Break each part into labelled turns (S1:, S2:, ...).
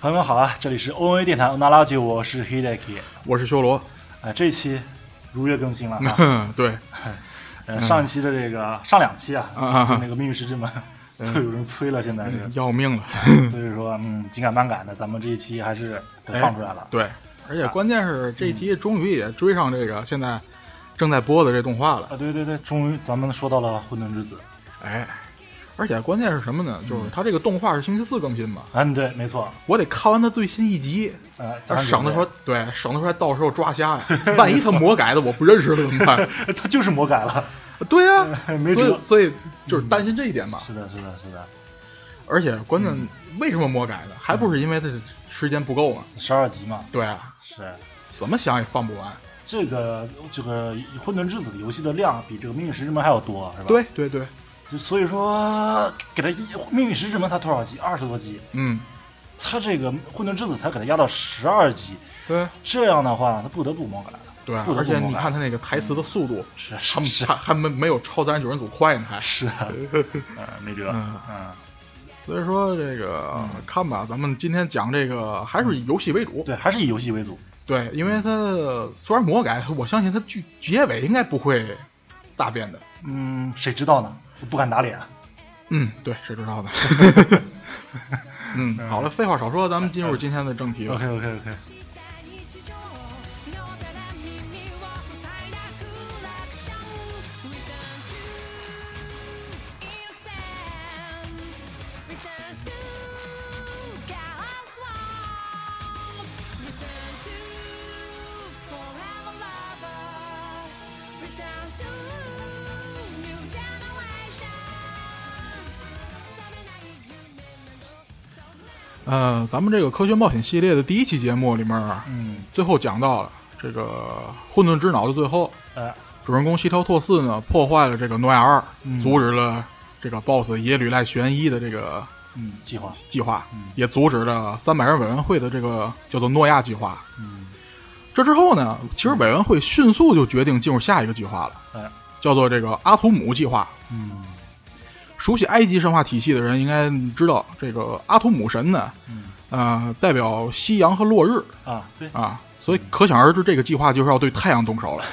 S1: 朋友们好啊，这里是 ONA 电台 o n a l o g y 我是 Hideki。
S2: 我是修罗。
S1: 呃，这一期如约更新了 哈。
S2: 对，
S1: 呃，上一期的这个上两期啊，
S2: 啊
S1: 那个命运石之门
S2: 嗯
S1: 都有人催了，现在是，
S2: 要命了。
S1: 所以说嗯，紧赶慢赶的，咱们这一期还是给放出来了。
S2: 对，而且关键是这一集终于也追上这个现在正在播的这动画了。
S1: 嗯啊，对对对，终于咱们说到了混沌之子。
S2: 哎，而且关键是什么呢？就是它这个动画是星期四更新嘛，
S1: 嗯，对，没错。
S2: 我得看完它最新一集，
S1: 呃，咱们
S2: 省得
S1: 准备
S2: 说对，省得说到时候抓瞎 呀，万一它魔改的我不认识了怎么办？
S1: 他就是魔改了。
S2: 对呀、
S1: 嗯没
S2: 所
S1: 辙嗯
S2: 以所以就是担心这一点嘛。
S1: 是的，是的，是的。
S2: 而且关键
S1: 嗯
S2: 为什么魔改呢？还不是因为它时间不够啊？
S1: 十二集嘛，
S2: 对啊，
S1: 是
S2: 怎么想也放不完。
S1: 这个这个混沌之子的游戏的量比这个命运石之门还要多，是吧？
S2: 对对对，
S1: 就所以说给他命运石之门才多少集？二十多集，
S2: 嗯，
S1: 他这个混沌之子才给他压到十二集，
S2: 对。
S1: 这样的话他不得不魔改了。
S2: 对，啊
S1: 不得
S2: 而
S1: 不
S2: 且
S1: 猛
S2: 你
S1: 改
S2: 看他那个台词的速度，
S1: 是
S2: 他
S1: 是
S2: 们
S1: 是
S2: 还还没没有超自然九人组快呢，还。
S1: 是啊，呃，没辙，
S2: 嗯
S1: 嗯，
S2: 所以说这个看吧，咱们今天讲这个还是以游戏为主。
S1: 嗯对，还嗯是以游戏为主。
S2: 对，因为它虽然魔改，我相信它剧结尾应该不会大变的。
S1: 嗯，谁知道呢？我不敢打脸。啊
S2: 嗯，对，谁知道呢？ 嗯，好了，废话少说，咱们进入今天的正题吧。
S1: 哎 OK OK OK，
S3: 日常のただ耳を塞いだクラクション Return to innocence Returns to chaos world Return to forever lover Returns to new generation それなり夢なのそんな
S2: 呃，咱们这个科学冒险系列的第一期节目里面啊，
S1: 嗯，
S2: 最后讲到了这个混沌之脑的最后，
S1: 呃，
S2: 主人公西条拓四呢破坏了这个诺亚二，
S1: 嗯
S2: 阻止了这个 BOSS 野吕赖玄一的这个
S1: 嗯，计划，
S2: 计划，
S1: 嗯
S2: 也阻止了三百人委员会的这个叫做诺亚计划。
S1: 嗯，
S2: 这之后呢，其实委员会迅速就决定进入下一个计划了，
S1: 哎，
S2: 叫做这个阿图姆计划。
S1: 嗯，
S2: 熟悉埃及神话体系的人应该知道，这个阿图姆神呢，
S1: 嗯，
S2: 呃，代表夕阳和落日
S1: 啊，对，
S2: 啊，所以可想而知，这个计划就是要对太阳动手了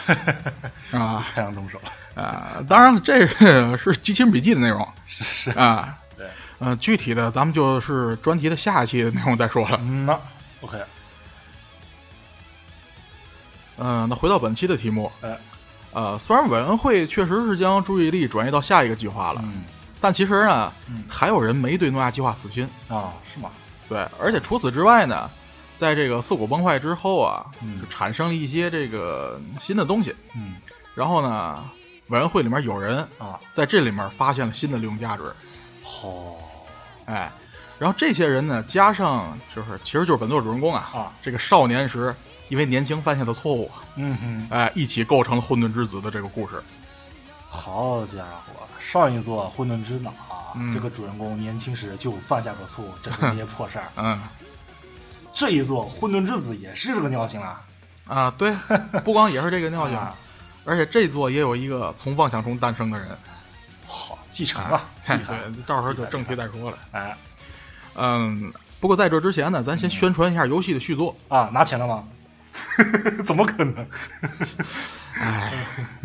S2: 啊。
S1: 太阳动手，
S2: 呃，当然了，这个是 《机器人笔记》的内容
S1: 是是，
S2: 啊。
S1: 对，
S2: 呃，具体的咱们就是专题的下一期的内容再说了。
S1: 嗯呐，OK，
S2: 嗯、那回到本期的题目，
S1: 哎，
S2: 呃，虽然委员会确实是将注意力转移到下一个计划了，
S1: 嗯，
S2: 但其实呢，
S1: 嗯
S2: 还有人没对诺亚计划死心。
S1: 啊，是吗？
S2: 对，而且除此之外呢，在这个四股崩坏之后啊，
S1: 嗯
S2: 就产生了一些这个新的东西。
S1: 嗯，
S2: 然后呢，委员会里面有人
S1: 啊，
S2: 在这里面发现了新的利用价值，
S1: 好，
S2: 哎，然后这些人呢，加上就是其实就是本作主人公啊，
S1: 啊
S2: 这个少年时因为年轻犯下的错误，
S1: 嗯哼，
S2: 哎，一起构成了混沌之子的这个故事。
S1: 好家伙，上一座混沌之脑啊，
S2: 嗯。
S1: 这个主人公年轻时就犯下过错误，整出这些破事儿
S2: 嗯，
S1: 这一座混沌之子也是这个尿性啊，
S2: 啊， 对，不光也是这个尿性，
S1: 啊
S2: 而且这座也有一个从妄想中诞生的人。
S1: 好继承了
S2: 啊，，
S1: 厉
S2: 对
S1: 害，，
S2: 到时候就正题再说了。
S1: 哎
S2: 嗯，不过在这之前呢，咱先
S1: 嗯
S2: 宣传一下游戏的续作。
S1: 啊，拿钱了吗？ 怎么可能？
S2: 哎，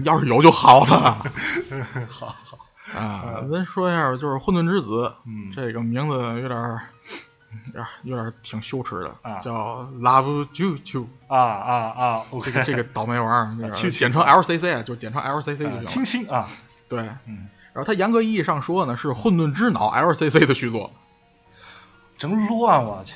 S2: 要是有就好
S1: 啊
S2: 了。
S1: 好好，
S2: 啊，咱说一下，就是《混沌之子》，
S1: 嗯
S2: 这个名字有点儿，有点儿有点儿挺羞耻的，
S1: 啊
S2: 叫 Love Juju，
S1: 啊啊啊，OK，
S2: 这 个这个倒霉玩意儿，这个
S1: 去去
S2: 简称 LCC 啊，就简称 LCC
S1: 呃亲
S2: 就行了。
S1: 亲啊，
S2: 对，
S1: 嗯，
S2: 然后它严格意义上说呢，是《混沌之脑》LCC 的续作。
S1: 真乱，我去，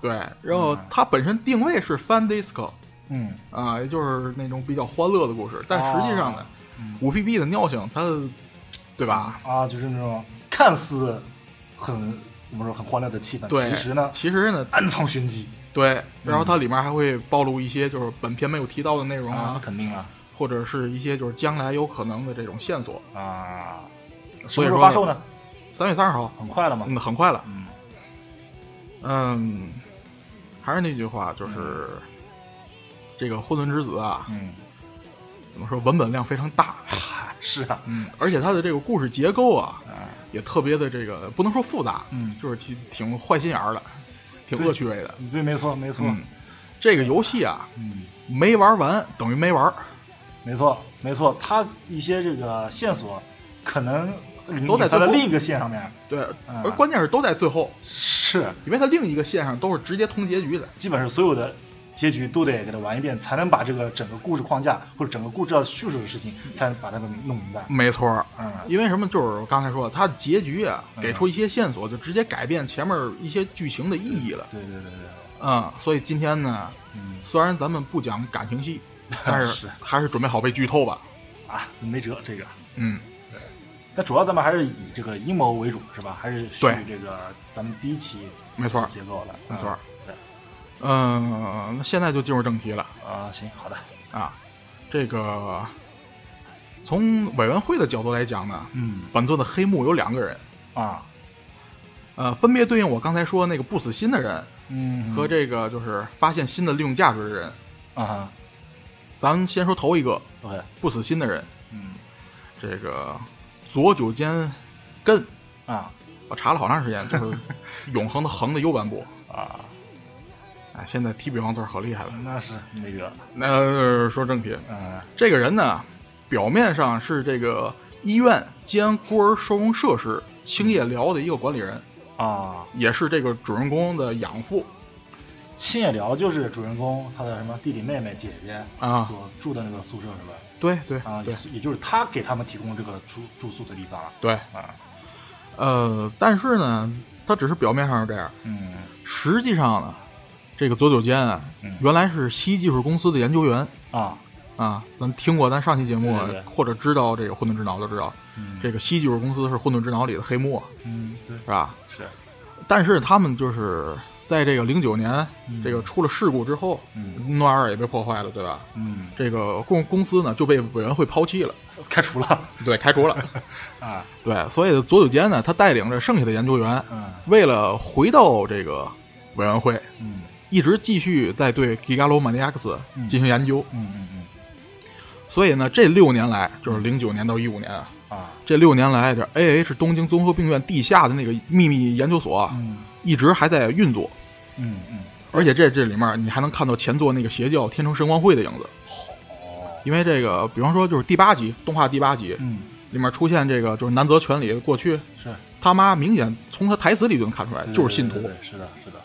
S2: 对，然后它本身定位是 Fan Disco
S1: 嗯
S2: 啊，也就是那种比较欢乐的故事，但实际上呢
S1: 嗯，
S2: 五 PB 的尿性，它，对吧？
S1: 啊，就是那种看似很怎么说很欢乐的气氛，
S2: 对，
S1: 其实呢嗯
S2: 其实呢，
S1: 暗藏玄机
S2: 对，然后它里面还会暴露一些就是本片没有提到的内容
S1: 啊，那
S2: 啊，
S1: 肯定啊
S2: 或者是一些就是将来有可能的这种线索。
S1: 啊，什
S2: 所
S1: 么
S2: 以
S1: 时
S2: 说
S1: 候发售呢？
S2: 三月三十号，
S1: 很快了嘛，
S2: 嗯，很快了。
S1: 嗯
S2: 嗯，还是那句话，就是这个《混沌之子》啊，
S1: 嗯，
S2: 怎么说文本量非常大，
S1: 是啊，
S2: 嗯，而且它的这个故事结构啊，
S1: 啊
S2: 也特别的这个不能说复杂，
S1: 嗯
S2: 就是挺挺坏心眼儿的。挺
S1: 对
S2: 恶趣味的。
S1: 对，没错，没错，
S2: 嗯，这个游戏啊，
S1: 嗯，
S2: 没玩完等于没玩儿。
S1: 没错，没错，它一些这个线索可能
S2: 都在
S1: 它
S2: 最
S1: 的
S2: 后
S1: 另一个线上面，
S2: 对，
S1: 嗯
S2: 而关键是都在最后，
S1: 是
S2: 因为它另一个线上都是直接通结局的。
S1: 基本上所有的结局都得给它玩一遍，才能把这个整个故事框架或者整个故事要叙述的事情，
S2: 嗯
S1: 才能把它们弄明白。
S2: 没错儿，
S1: 嗯，
S2: 因为什么？就是我刚才说的，它结局啊，
S1: 嗯
S2: 给出一些线索，就直接改变前面一些剧情的意义了。
S1: 对对对对，
S2: 嗯，所以今天呢，
S1: 嗯
S2: 虽然咱们不讲感情 戏，但是
S1: 是
S2: 还是准备好被剧透吧。
S1: 啊，没辙这个。
S2: 嗯，
S1: 那主要咱们还是以这个阴谋为主，是吧？还是属
S2: 对
S1: 于这个咱们第一期
S2: 没错儿，
S1: 结构的，
S2: 没错儿
S1: 嗯。
S2: 嗯，那现在就进入正题了
S1: 对啊，行，好的，
S2: 啊。这个从委员会的角度来讲呢，
S1: 嗯
S2: 本作的黑幕有两个人，
S1: 啊，
S2: 呃，分别对应我刚才说那个不死心的人
S1: 嗯
S2: 和这个就是发现新的利用价值的人。
S1: 啊哈
S2: 咱们先说头一个
S1: ，OK，
S2: 不死心的人，
S1: 嗯
S2: 这个左九间根，
S1: 啊
S2: 我查了好长时间，就是 永恒的恒的右半部。
S1: 啊，
S2: 哎，现在提笔忘字儿可厉害了。
S1: 嗯那是没辙，
S2: 那、呃说正题，
S1: 嗯
S2: 这个人呢，表面上是这个医院兼孤儿收容设施青叶寮的一个管理人，
S1: 啊，
S2: 也是这个主人公的养父
S1: 青野寮就是主人公他的什么弟弟、妹妹、姐姐
S2: 啊。
S1: 所住的那个宿舍是吧？
S2: 对对
S1: 啊，
S2: 对
S1: 也就是他给他们提供这个住住宿的地方
S2: 对，
S1: 啊，
S2: 呃，但是呢，他只是表面上是这样，
S1: 嗯
S2: 实际上呢，这个佐久间啊，
S1: 嗯
S2: 原来是西技术公司的研究员
S1: 啊，
S2: 啊。咱听过咱上期节目啊
S1: 对对对
S2: 或者知道这个混沌之脑都知道，
S1: 嗯
S2: 这个西技术公司是混沌之脑里的黑幕啊，
S1: 嗯对
S2: 是吧？
S1: 是
S2: 但是他们就是在这个零九年
S1: 嗯
S2: 这个出了事故之后，
S1: 嗯
S2: 诺尔也被破坏了，对吧？
S1: 嗯
S2: 这个公公司呢就被委员会抛弃了，
S1: 开除了
S2: 对，开除了，嗯
S1: 啊，
S2: 对，所以佐久间呢，他带领着剩下的研究员，
S1: 嗯
S2: 为了回到这个委员会，
S1: 嗯
S2: 一直继续在对 Gigalomaniacs
S1: 嗯
S2: 进行研究。
S1: 嗯嗯嗯
S2: 所以呢，这六年来，就是零九年到一五年啊，
S1: 啊，
S2: 这六年来，这 A H 东京综合病院地下的那个秘密研究所啊，
S1: 嗯
S2: 一直还在运作。
S1: 嗯嗯，
S2: 而且这这里面你还能看到前作那个邪教天成神光会的影子，
S1: 哦，
S2: 因为这个，比方说就是第八集动画第八集
S1: 嗯
S2: 里面出现这个就是南泽权里过去
S1: 是，
S2: 他妈明显从他台词里就能看出来
S1: 对
S2: 就是信徒
S1: 对。对对是的是的，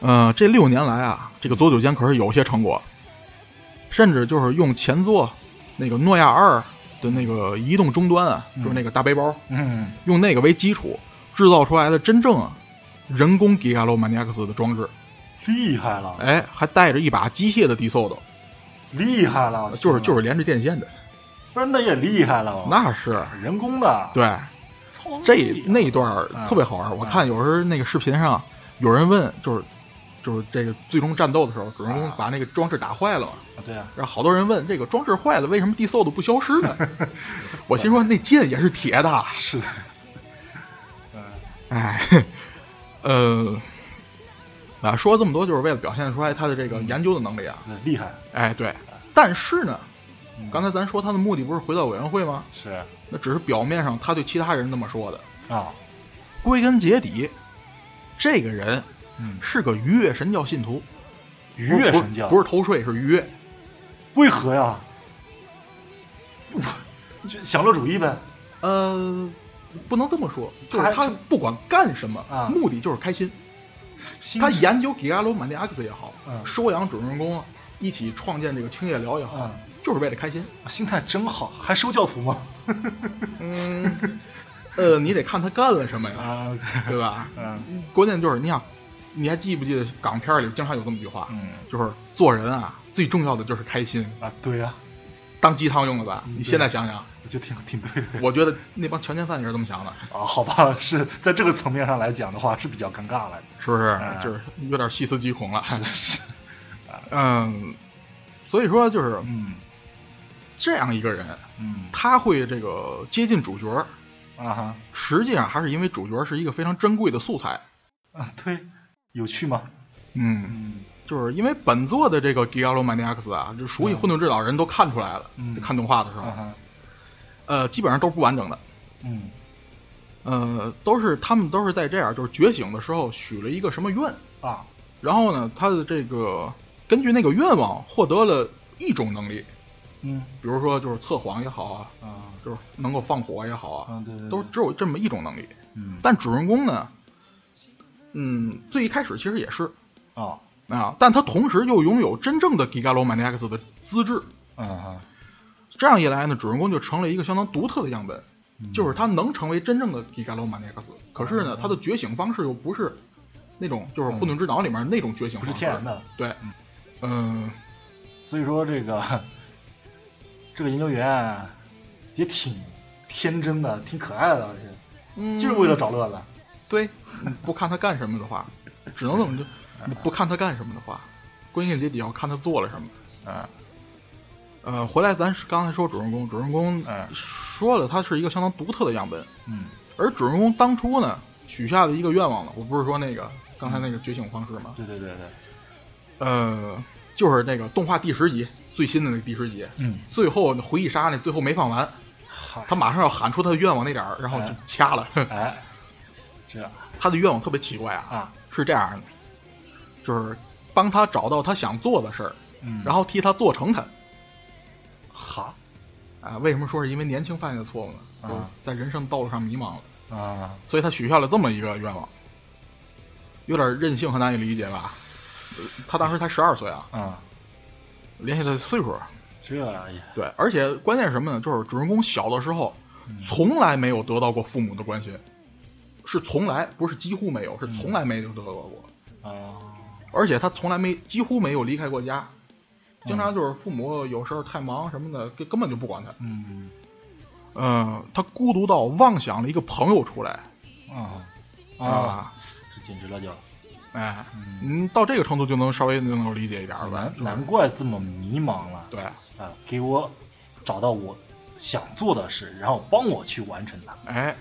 S2: 呃，这六年来啊，这个佐久间可是有些成果，甚至就是用前作那个诺亚二的那个移动终端啊，
S1: 嗯
S2: 就是那个大背包，
S1: 嗯
S2: 用那个为基础制造出来的真正啊人工 Gigalomaniacs 的装置，
S1: 厉害了
S2: 哎，还带着一把机械的 d s o d
S1: 厉害了，
S2: 啊就是就是是连着电线的，
S1: 不是那也厉害了，
S2: 那是
S1: 人工的，
S2: 对
S1: 超啊
S2: 这
S1: 厉害
S2: 那一段儿
S1: 嗯
S2: 特别好玩儿。我
S1: 嗯
S2: 看有时候那个视频上有人问，就是就是这个最终战斗的时候，主人公
S1: 啊
S2: 把那个装置打坏了嘛，
S1: 啊对啊，
S2: 然后好多人问这个装置坏了为什么 d s o d 不消失 呢？我心说那剑也是铁的，
S1: 是的，嗯
S2: 哎，呃。啊，说了这么多，就是为了表现出来他的这
S1: 嗯
S2: 个研究的能力啊！
S1: 对厉害，
S2: 哎，对，但是呢，
S1: 嗯
S2: 刚才咱说他的目的不是回到委员会吗？
S1: 是
S2: 那只是表面上他对其他人那么说的，
S1: 啊，
S2: 归根结底，这个人
S1: 嗯，
S2: 是个愉悦神教信徒。
S1: 愉悦
S2: 不是
S1: 神教
S2: 不是偷税，是愉悦。
S1: 为何呀？ 就享乐主义呗，
S2: 呃，不能这么说，就是
S1: 他
S2: 他不管干什么，
S1: 啊
S2: 目的就是开心。
S1: 心
S2: 他研究 g i a l o m a n i a x 也好，
S1: 嗯
S2: 收养主人公，啊一起创建这个青叶寮也好，
S1: 嗯
S2: 就是为了开心。
S1: 啊心态真好，还收教徒吗？
S2: 嗯，呃，你得看他干了什么呀，
S1: 啊，
S2: 对吧？
S1: 嗯
S2: 关键就是你想，你还记不记得港片里经常有这么句话，
S1: 嗯
S2: 就是做人啊，最重要的就是开心。
S1: 啊，对呀，
S2: 当鸡汤用的吧？
S1: 嗯
S2: 你
S1: 对
S2: 现在想想，
S1: 我觉得挺挺对的
S2: 我觉得那帮强奸犯也是这么想的，
S1: 啊，好吧，是在这个层面上来讲的话是比较尴尬了，
S2: 是不是？
S1: 嗯
S2: 就是有点细思极恐了。
S1: 是是，
S2: 嗯，所以说就是
S1: 嗯
S2: 这样一个人，
S1: 嗯
S2: 他会这个接近主角，
S1: 啊哈。
S2: 实际上还是因为主角是一个非常珍贵的素材。
S1: 啊，对，有趣吗？
S2: 嗯，
S1: 嗯
S2: 就是因为本作的这个 g i a l o m a n i a c s 啊，就熟悉
S1: 嗯
S2: 混沌之岛人都看出来了，
S1: 嗯
S2: 就看动画的时候，
S1: 啊哈，
S2: 呃，基本上都是不完整的。
S1: 嗯
S2: 呃，都是他们都是在这样，就是觉醒的时候许了一个什么愿，
S1: 啊，
S2: 然后呢，他的这个根据那个愿望获得了一种能力，
S1: 嗯
S2: 比如说就是测谎也好啊，
S1: 啊
S2: 就是能够放火也好啊，
S1: 啊，对对，
S2: 都
S1: 对
S2: 只有这么一种能力。
S1: 嗯
S2: 但主人公呢，嗯，最一开始其实也是
S1: 啊
S2: 啊，但他同时又拥有真正的 Gigalomaniacs 的资质。
S1: 嗯啊，
S2: 这样一来呢，主人公就成了一个相当独特的样本，
S1: 嗯
S2: 就是他能成为真正的 Gigalomaniacs，可是呢
S1: 嗯，
S2: 他的觉醒方式又不是那种就是混沌之脑里面那种觉醒
S1: 不
S2: 方
S1: 是
S2: 式，
S1: 天然的，
S2: 对，嗯，
S1: 所以说这个这个研究员也挺天真的，挺可爱的，倒是
S2: 嗯
S1: 就是为了找乐子。
S2: 对，不看他干什么的话，只能怎么就不看他干什么的话，归根结底要看他做了什么。
S1: 嗯
S2: 呃，回来咱是刚才说主人公，主人公
S1: 嗯
S2: 说了他是一个相当独特的样本，
S1: 嗯
S2: 而主人公当初呢许下的一个愿望呢，我不是说那个刚才那个觉醒方式吗？
S1: 对对对对，
S2: 呃，就是那个动画第十集最新的那个第十集，
S1: 嗯，
S2: 最后那回忆杀那最后没放完，
S1: 嗨，
S2: 他马上要喊出他的愿望那点儿，然后就
S1: 哎
S2: 掐了。
S1: 哎，这
S2: 他的愿望特别奇怪啊，
S1: 啊，
S2: 是这样的，就是帮他找到他想做的事儿，
S1: 嗯，
S2: 然后替他做成它。
S1: 哈
S2: 啊，为什么说是因为年轻犯下的错误呢？
S1: 啊
S2: 就是在人生道路上迷茫了，
S1: 啊，
S2: 所以他许下了这么一个愿望，有点任性和难以理解吧？呃他当时才十二岁啊，
S1: 啊，
S2: 联系他的岁数儿，
S1: 这也
S2: 对，而且关键是什么呢？就是主人公小的时候
S1: 嗯
S2: 从来没有得到过父母的关心，是从来不是几乎没有，是
S1: 嗯
S2: 从来没有得到过，
S1: 啊，
S2: 而且他从来没几乎没有离开过家，
S1: 嗯
S2: 经常就是父母有时候太忙什么的，根根本就不管他。
S1: 嗯
S2: 嗯，他孤独到妄想了一个朋友出来，
S1: 啊
S2: 知道，吧？
S1: 这简直了就，
S2: 哎，
S1: 嗯，
S2: 嗯，到这个程度就能稍微能够理解一点儿了吧？
S1: 难难怪这么迷茫了
S2: 对，
S1: 啊！给我找到我想做的事，然后帮我去完成它。
S2: 哎，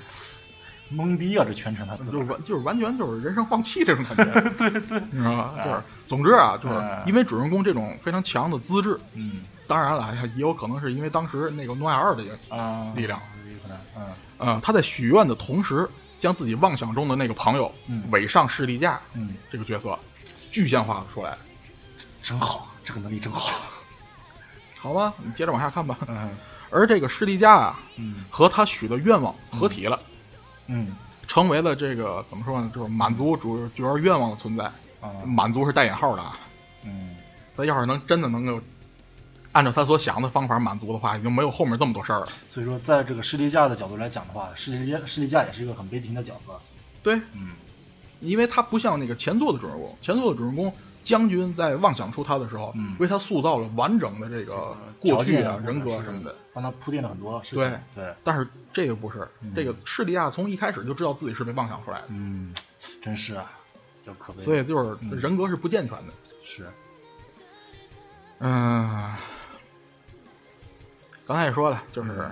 S1: 懵逼啊！这全程他自个
S2: 就是
S1: 儿
S2: 完就是完全就是人生放弃这种感 觉，对对，你知道吧？就是总之啊，就是
S1: 哎
S2: 因为主人公这种非常强的资质，
S1: 嗯
S2: 当然了，哎呀也有可能是因为当时那个诺亚二的影响，
S1: 啊，
S2: 力量
S1: 有可能，嗯
S2: 呃，他在许愿的同时，将自己妄想中的那个朋友
S1: 嗯
S2: 尾上势力架
S1: 嗯，
S2: 这个角色具象化出来，
S1: 真好，这个能力真好，
S2: 好吧？你接着往下看吧。
S1: 嗯
S2: 而这个势力架啊，
S1: 嗯
S2: 和他许的愿望合体了，
S1: 嗯
S2: 成为了这个怎么说呢？就是满足主主要愿望的存在。
S1: 啊
S2: 满足是带引号的啊。
S1: 嗯
S2: 他要是能真的能够按照他所想的方法满足的话，已经没有后面这么多事儿了。
S1: 所以说，在这个势力架的角度来讲的话，势力架势力架也是一个很悲情的角色。
S2: 对，
S1: 嗯
S2: 因为他不像那个前作的主人公，前作的主人公将军在妄想出他的时候，
S1: 嗯
S2: 为他塑造了完整的这个过去啊、人格什么的。，
S1: 帮他铺垫了很多事情。
S2: 对
S1: 对，
S2: 但是这个不是，
S1: 嗯
S2: 这个势利亚从一开始就知道自己是被妄想出来的，
S1: 嗯，真是啊，就可悲。
S2: 所以就是
S1: 嗯
S2: 人格是不健全的。
S1: 是，
S2: 嗯、刚才也说了，就是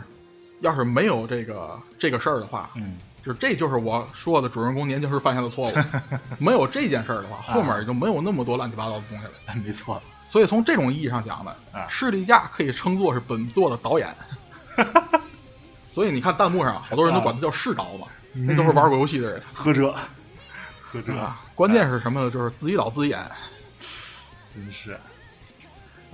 S2: 要是没有这个这个事儿的话，
S1: 嗯
S2: 就是这就是我说的主人公年轻时犯下的错误，没有这件事儿的话，后面也就没有那么多乱七八糟的东西了。
S1: 哎没错。
S2: 所以从这种意义上讲呢
S1: 啊，
S2: 势力架可以称作是本作的导演。所以你看弹幕上好多人都管他叫世导嘛，那都是玩过游戏的人
S1: 喝着，喝着，
S2: 啊。关键是什么呢？就是自己导自己演。
S1: 真是。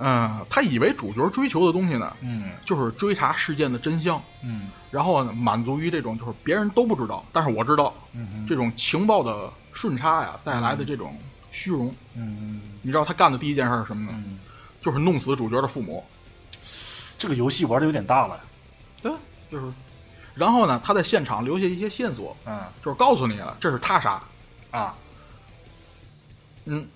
S2: 嗯，他以为主角追求的东西呢，
S1: 嗯
S2: 就是追查事件的真相，
S1: 嗯
S2: 然后呢满足于这种就是别人都不知道，但是我知道
S1: 嗯，
S2: 这种情报的顺差呀带来的这种虚荣。
S1: 嗯
S2: 你知道他干的第一件事是什么呢？
S1: 嗯，
S2: 就是弄死主角的父母。
S1: 这个游戏玩的有点大了。
S2: 对，就是。然后呢，他在现场留下一些线索，
S1: 嗯
S2: 就是告诉你了，这是他杀。
S1: 啊
S2: 嗯，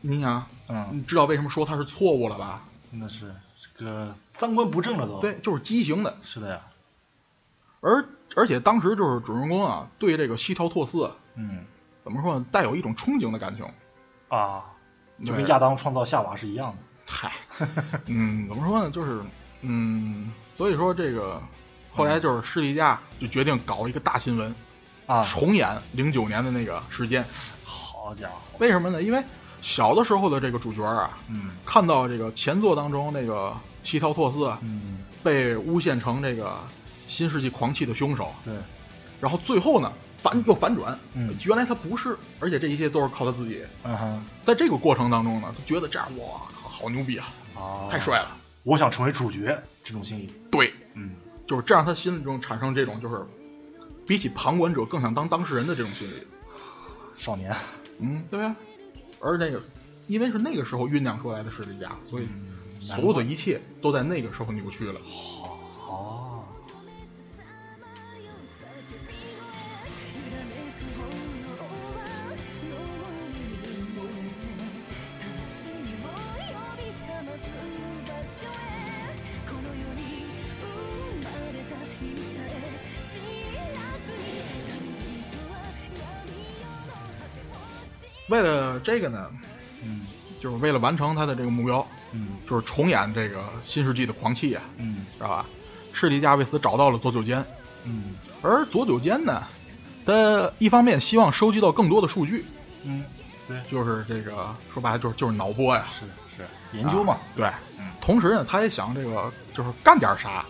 S2: 你想，
S1: 嗯，
S2: 你知道为什么说他是错误了吧？
S1: 真的是这个三观不正了都。
S2: 对，，就是畸形的。
S1: 是的呀。
S2: 而而且当时就是主人公啊，对这个西条拓司啊
S1: 嗯
S2: 怎么说呢，带有一种憧憬的感情。
S1: 啊，就跟
S2: 对
S1: 亚当创造夏娃是一样的。
S2: 嗨，嗯，怎么说呢？就是，嗯，所以说这个后来就是势力架就决定搞一个大新闻，
S1: 啊，
S2: 重演零九年的那个事件。
S1: 好家伙，
S2: 为什么呢？因为小的时候的这个主角啊，
S1: 嗯
S2: 看到这个前作当中那个西条拓司啊
S1: 嗯，
S2: 被诬陷成这个新世纪狂气的凶手，
S1: 对，
S2: 然后最后呢反又反转，
S1: 嗯
S2: 原来他不是，而且这一切都是靠他自己。
S1: 嗯哼，
S2: 在这个过程当中呢，他觉得这样哇好牛逼啊，
S1: 哦，
S2: 太帅了，
S1: 我想成为主角这种心理，
S2: 对，
S1: 嗯
S2: 就是这样，他心里中产生这种就是比起旁观者更想当当事人的这种心理。
S1: 少年，
S2: 嗯，对啊。而那个，因为是那个时候酝酿出来的世界家，所以
S1: 嗯
S2: 所有的一切都在那个时候扭曲了。
S1: 哦，
S2: 为了这个呢，
S1: 嗯
S2: 就是为了完成他的这个目标，
S1: 嗯
S2: 就是重演这个新世纪的狂气啊，
S1: 嗯
S2: 知道吧？势力架为此找到了左九间，
S1: 嗯
S2: 而左九间呢，他一方面希望收集到更多的数据，
S1: 嗯，对，
S2: 就是这个说白了就是就是脑波呀，
S1: 是是研究嘛
S2: 啊，对，
S1: 嗯
S2: 同时呢，他也想这个就是干点啥，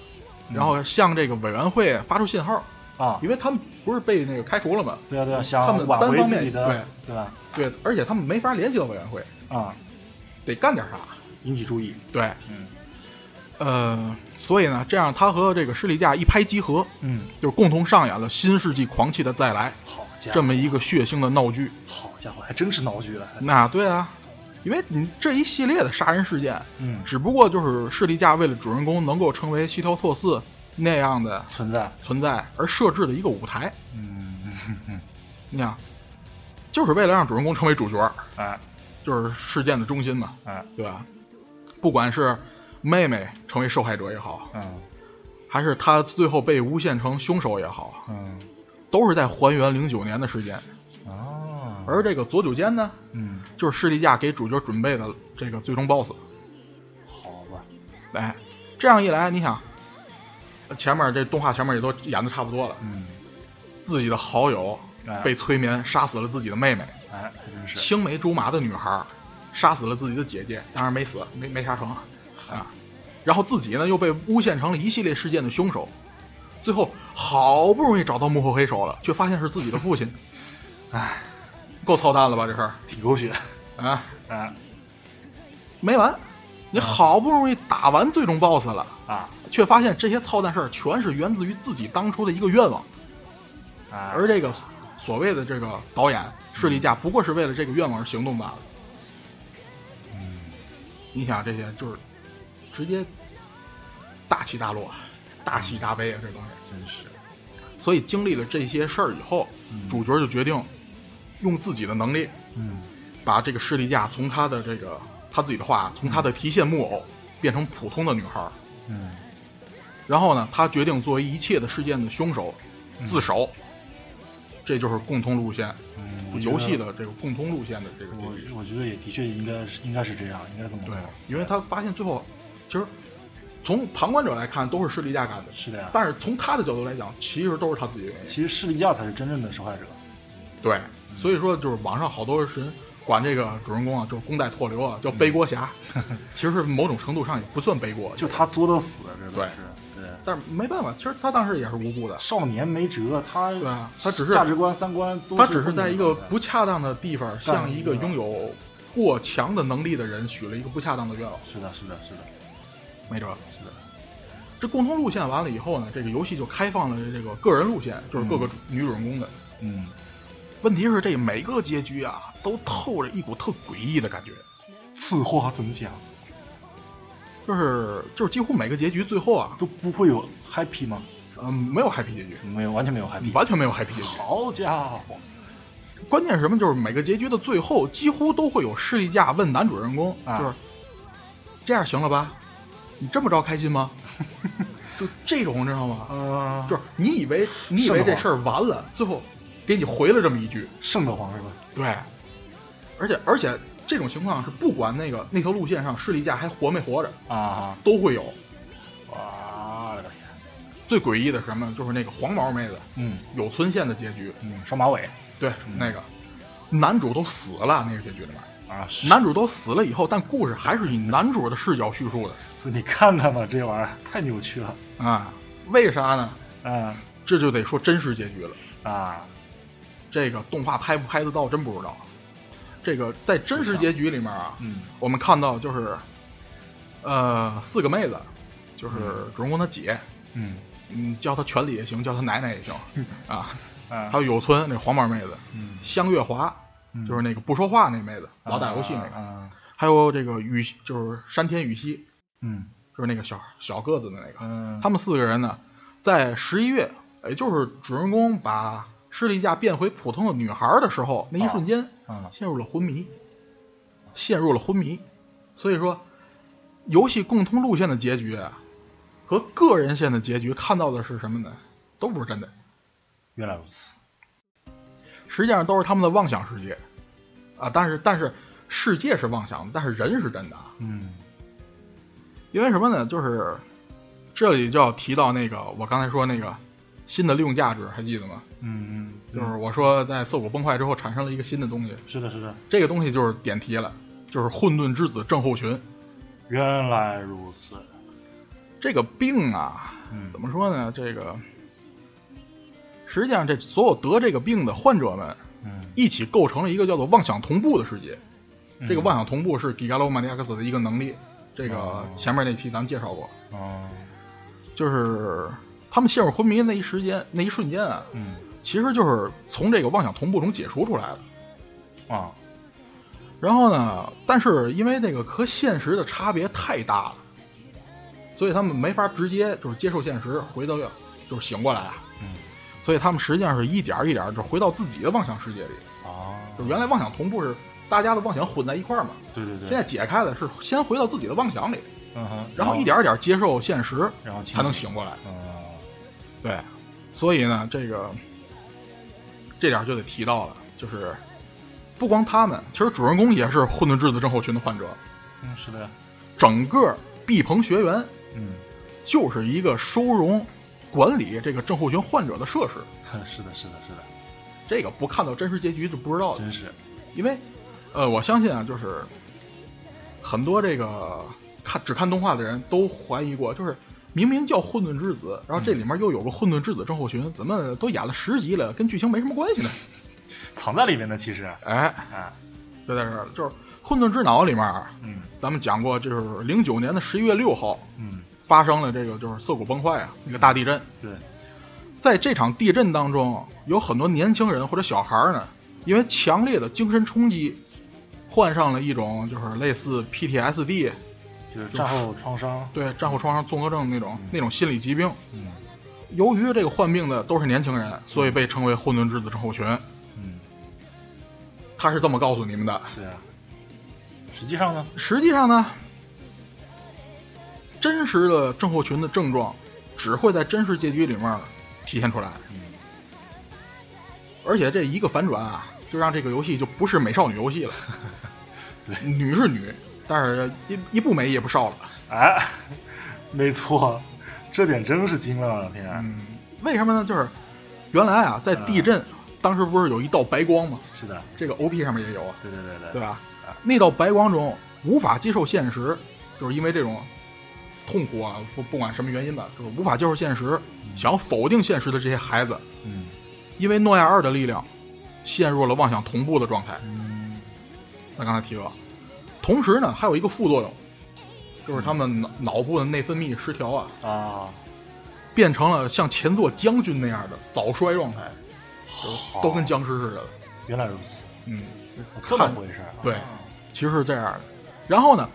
S1: 嗯
S2: 然后向这个委员会发出信号，
S1: 啊，
S2: 因为他们不是被那个开除了嘛，
S1: 对啊对啊，
S2: 嗯他
S1: 想
S2: 们
S1: 挽
S2: 单
S1: 回
S2: 方
S1: 自
S2: 面
S1: 己的，对吧？
S2: 对，而且他们没法联系到委员会，
S1: 啊，
S2: 得干点啥，
S1: 引起注意，
S2: 对，
S1: 嗯
S2: 呃，所以呢，这样他和这个施利架一拍即合，
S1: 嗯，
S2: 就是共同上演了新世纪狂气的再来
S1: 好家伙，
S2: 这么一个血腥的闹剧。
S1: 好家伙，还真是闹剧了，还
S2: 那对啊，因为你这一系列的杀人事件，
S1: 嗯，
S2: 只不过就是势力架为了主人公能够成为西条拓四那样的
S1: 存在，
S2: 存在而设置的一个舞台。
S1: 嗯嗯
S2: 你想，就是为了让主人公成为主角，
S1: 啊
S2: 就是事件的中心嘛，
S1: 啊
S2: 对吧？不管是妹妹成为受害者也好，
S1: 嗯
S2: 还是他最后被诬陷成凶手也好，
S1: 嗯
S2: 都是在还原零九年的事件。
S1: 哦，
S2: 而这个佐久间呢，
S1: 嗯，
S2: 就是势力架给主角准备的这个最终 BOSS。
S1: 好吧，
S2: 哎，这样一来，你想，前面这动画前面也都演的差不多了，
S1: 嗯，
S2: 自己的好友
S1: 哎
S2: 被催眠杀死了自己的妹妹，
S1: 哎，还真是，
S2: 青梅竹马的女孩杀死了自己的姐姐，当然没死，没没杀成啊。然后自己呢又被诬陷成了一系列事件的凶手，最后好不容易找到幕后黑手了，却发现是自己的父亲，
S1: 哎，
S2: 够操蛋了吧这事儿
S1: 挺狗血，
S2: 啊！
S1: 啊
S2: 没完，你好不容易打完最终 BOSS 了，
S1: 啊
S2: 却发现这些操蛋事儿全是源自于自己当初的一个愿望，
S1: 啊，
S2: 而这个所谓的这个导演势力架不过是为了这个愿望而行动罢了。
S1: 嗯
S2: 你想这些就是直接大起大落，大喜大悲啊，这东西。
S1: 真是，
S2: 所以经历了这些事儿以后，
S1: 嗯
S2: 主角就决定用自己的能力
S1: 嗯
S2: 把这个势力架从他的这个他自己的话，从他的提线木偶变成普通的女孩儿。
S1: 嗯，
S2: 然后呢，他决定作为一切的事件的凶手，
S1: 嗯
S2: 自首。这就是共通路线，
S1: 嗯
S2: 就游戏。的这个共通路线的这个
S1: 我
S2: 结
S1: 觉
S2: 局
S1: 得。我我觉得也的确应该是应该是这样，应该这么
S2: 对
S1: 做。，
S2: 因为他发现最后，其实从旁观者来看都是势力架干的，
S1: 是的呀。
S2: 但是从他的角度来讲，其实都是他自己的原因。
S1: 其实势力架才是真正的受害者。
S2: 对，所以说就是网上好多人管这个主人公啊，就是功代拓流啊，叫背锅侠，其实某种程度上也不算背锅，
S1: 就他作的死，这都
S2: 对
S1: 是对。
S2: 但是没办法，其实他当时也是无辜的，
S1: 少年没辙，他
S2: 对啊他只是
S1: 价值观、三观都
S2: 他只是
S1: 混
S2: 在
S1: 的
S2: 一个
S1: 状态
S2: 不恰当的地方，向一个拥有过强的能力的人许了一个不恰当的愿望，
S1: 是的，是的，是的，
S2: 没辙。
S1: 是的，
S2: 这共同路线完了以后呢，这个游戏就开放了这个个人路线，就是各个
S1: 嗯
S2: 女主人公的。
S1: 嗯，
S2: 问题是这每个结局啊，都透着一股特诡异的感觉，
S1: 此话怎讲
S2: 就是就是几乎每个结局最后啊，
S1: 都不会有 happy 吗？
S2: 嗯，没有 happy 结局，
S1: 没有，完全没有 happy。
S2: 完全没有 happy 结局。
S1: 好家伙，
S2: 关键是什么？就是每个结局的最后，几乎都会有势力架问男主人公，
S1: 啊
S2: 就是这样行了吧？你这么着开心吗？ 就这种你知道吗？
S1: 嗯，
S2: 就是你以为你以为这事儿完了，最后给你回了这么一句，
S1: 瘆得慌是吧？
S2: 对，而且而且这种情况是不管那个那条路线上势力架还活没活着，
S1: 啊，
S2: 都会有。
S1: 哇，我的天，
S2: 最诡异的是什么？就是那个黄毛妹子
S1: 嗯
S2: 有村线的结局，
S1: 嗯，双马尾
S2: 对，
S1: 嗯
S2: 那个男主都死了，那个结局里面。
S1: 啊，是
S2: 男主都死了以后，但故事还是以男主的视角叙述的
S1: 所以你看看吧，这玩意儿太扭曲了。
S2: 啊。为啥呢？
S1: 嗯
S2: 这就得说真实结局了。
S1: 啊，
S2: 这个动画拍不拍得到真不知道。这个在真实结局里面啊，
S1: 嗯
S2: 我们看到就是，呃，四个妹子，就是主人公他姐，
S1: 嗯
S2: 嗯，叫她全理也行，叫她奶奶也行啊。
S1: 啊
S2: 还有有村那黄毛妹子，
S1: 嗯
S2: 香月华
S1: 嗯
S2: 就是那个不说话那妹子，
S1: 啊
S2: 老打游戏那个，
S1: 个，
S2: 还有这个雨就是山田雨希，
S1: 嗯
S2: 就是那个小小个子的那个。
S1: 嗯，
S2: 他们四个人呢，在十一月，也就是主人公把士力架变回普通的女孩儿的时候，那一瞬间
S1: 嗯
S2: 陷入了昏迷，陷入了昏迷。所以说，游戏共通路线的结局啊，和个人线的结局看到的是什么呢？都不是真的，
S1: 原来如此，
S2: 实际上都是他们的妄想世界啊。但是但是世界是妄想的，但是人是真的啊。
S1: 嗯
S2: 因为什么呢？就是这里就要提到那个我刚才说那个新的利用价值，还记得吗？
S1: 嗯嗯，
S2: 就是我说在涩谷崩坏之后产生了一个新的东西，
S1: 是的是的，
S2: 这个东西就是点题了，就是混沌之子症候群。
S1: 原来如此，
S2: 这个病啊，
S1: 嗯
S2: 怎么说呢？这个实际上这所有得这个病的患者们
S1: 嗯，
S2: 一起构成了一个叫做妄想同步的世界。这个
S1: 万，
S2: 妄想同步是 Gigalomaniacs 的一个能力，这个
S1: 哦
S2: 前面那期咱们介绍过，
S1: 哦
S2: 就是他们陷入昏迷那一时间那一瞬间啊，
S1: 嗯
S2: 其实就是从这个妄想同步中解除出来的。
S1: 啊
S2: 然后呢，但是因为这个和现实的差别太大了，所以他们没法直接就是接受现实，回到就是醒过来啊。
S1: 嗯
S2: 所以他们实际上是一点儿一点儿就回到自己的妄想世界里。
S1: 啊，
S2: 就是原来妄想同步是大家的妄想混在一块儿嘛，
S1: 对对对，
S2: 现在解开了是先回到自己的妄想里，
S1: 嗯哼，
S2: 然后一点儿一点儿接受现实，
S1: 然后
S2: 才能醒过来。
S1: 嗯
S2: 对，所以呢，这个这点儿就得提到了，就是不光他们，其实主人公也是混沌质子症候群的患者，
S1: 嗯是的，
S2: 整个毕鹏学园
S1: 嗯
S2: 就是一个收容、管理这个症候群患者的设施。
S1: 是的是的是的，
S2: 这个不看到真实结局就不知道的，
S1: 真是
S2: 因为，呃，我相信啊，就是很多这个看只看动画的人都怀疑过，就是明明叫混沌之子，然后这里面又有个混沌之子症候群，怎么都演了十集了，跟剧情没什么关系呢？
S1: 藏在里面的其实，
S2: 哎，
S1: 啊
S2: 就在这儿了，就是《混沌之脑》里面，
S1: 嗯
S2: 咱们讲过，就是零九年的十一月六号
S1: 嗯
S2: 发生了这个就是涩谷崩坏啊，那个大地震。
S1: 对，
S2: 在这场地震当中，有很多年轻人或者小孩儿呢，因为强烈的精神冲击，患上了一种就是类似 PTSD，
S1: 就是战后创伤，
S2: 对战后创伤综合症那种那种心理疾病。
S1: 嗯
S2: 由于这个患病的都是年轻人，所以被称为混沌之子症候群。
S1: 嗯
S2: 他是这么告诉你们的。
S1: 对啊，实际上呢，
S2: 实际上呢，真实的症候群的症状只会在真实结局里面体现出来。
S1: 嗯。
S2: 而且这一个反转啊，就让这个游戏就不是美少女游 戏了
S1: 对
S2: 女是女，但是一一不美也不少了。
S1: 哎， 没错，这点真是精妙了，天啊然、
S2: 嗯，为什么呢？就是原来啊，在地震、当时不是有一道白光吗？
S1: 是的，
S2: 这个 OP 上面也有啊，
S1: 对对对对，
S2: 对吧
S1: 啊？
S2: 那道白光中无法接受现实，就是因为这种痛苦啊，不不管什么原因吧，就是无法接受现实，想要否定现实的这些孩子，
S1: 嗯
S2: 因为诺亚二的力量，陷入了妄想同步的状态。
S1: 嗯
S2: 咱刚才提了，同时呢，还有一个副作用，就是他们脑脑部的内分泌失调啊，
S1: 啊，
S2: 变成了像前作将军那样的早衰状态，
S1: 好，
S2: 都跟僵尸似的。
S1: 原来如此，
S2: 嗯，
S1: 这么回事儿啊，
S2: 对其实是这样的。然后呢，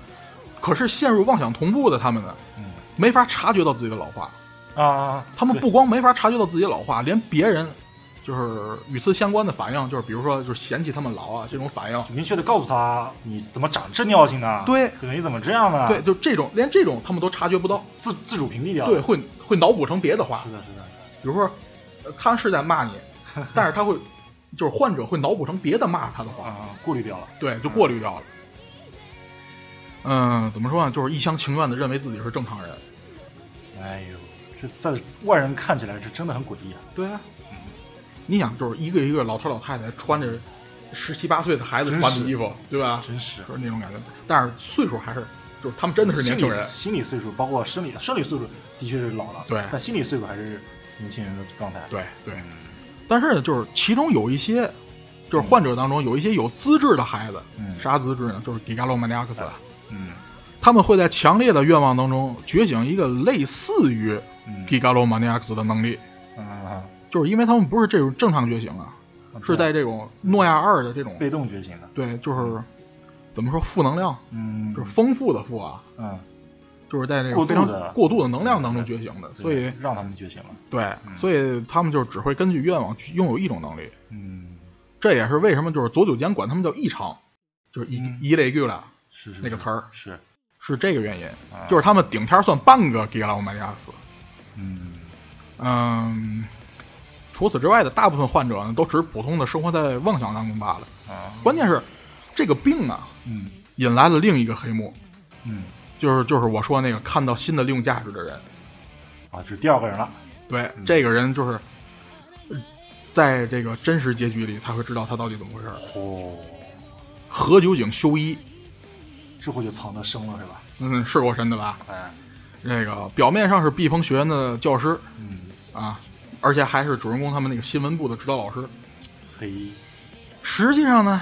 S2: 可是陷入妄想同步的他们呢，
S1: 嗯
S2: 没法察觉到自己的老化。
S1: 啊，
S2: 他们
S1: 对
S2: 不光没法察觉到自己老化，连别人就是与此相关的反应，就是比如说就是嫌弃他们老啊这种反应，
S1: 明确的告诉他你怎么长这尿性呢？
S2: 对
S1: 对，你怎么这样呢？
S2: 对，，就这种连这种他们都察觉不到，
S1: 自自主屏蔽掉，
S2: 对，，会会脑补成别的
S1: 啊
S2: 话
S1: 是。的，是的，
S2: 比如说，呃他是在骂你，但是他会，就是患者会脑补成别的骂他的话，
S1: 啊，过滤掉了，
S2: 对，就过滤掉了。嗯，怎么说呢？就是一厢情愿的认为自己是正常人。
S1: 哎呦，这在外人看起来是真的很诡异啊，
S2: 对啊，你想，就是一个一个老头老太太穿着十七八岁的孩子穿
S1: 真
S2: 的
S1: 是
S2: 衣服，对吧？
S1: 真是啊
S2: 就是那种感觉，但是岁数还是，就是他们真的是年轻人。
S1: 心理心理岁数，包括生理生理岁数的确是老了，
S2: 对
S1: 但心理岁数还是年轻人的状态。
S2: 对对，但是呢，就是其中有一些，就是患者当中有一些有资质的孩子，
S1: 嗯
S2: 啥资质呢？就是 Gigalomaniacs，、
S1: 嗯
S2: 他们会在强烈的愿望当中觉醒一个类似于
S1: 嗯
S2: Gigalomaniacs 的能力，
S1: 嗯啊，
S2: 就是因为他们不是这种正常觉醒啊，
S1: 啊
S2: 是在这种诺亚二的这种
S1: 被动觉醒的。
S2: 对，就是怎么说负能量，
S1: 嗯，
S2: 就是丰富的富啊，
S1: 嗯，
S2: 就是在这
S1: 过
S2: 个
S1: 度
S2: 非常
S1: 的
S2: 过度的能量当中觉醒的，所以
S1: 让他们觉醒了。
S2: 对，所以他们就只会根据愿望去拥有一种能力。
S1: 嗯，
S2: 这也是为什么就是左九间管他们叫异常，就是一
S1: 嗯
S2: 一类 g u l a
S1: 是是
S2: 那个
S1: 是
S2: 词儿
S1: 是，
S2: 是这个原因，
S1: 啊
S2: 就是他们顶天算半个 g i l a o m a n i a s
S1: 嗯
S2: 嗯，除此之外的大部分患者呢，都只是普通的生活在妄想当中罢了。
S1: 啊，
S2: 关键是这个病啊，
S1: 嗯
S2: 引来了另一个黑幕，
S1: 嗯
S2: 就是就是我说那个看到新的利用价值的人。
S1: 啊，这是第二个人了。
S2: 对，
S1: 嗯
S2: 这个人就是呃在这个真实结局里才会知道他到底怎么回事儿。
S1: 哦，
S2: 何九井修一，
S1: 这回就藏得深了是吧？
S2: 嗯，是过神的吧？
S1: 哎，
S2: 这个表面上是避风学院的教师
S1: 嗯，
S2: 啊，而且还是主人公他们那个新闻部的指导老师。
S1: 嘿，
S2: 实际上呢，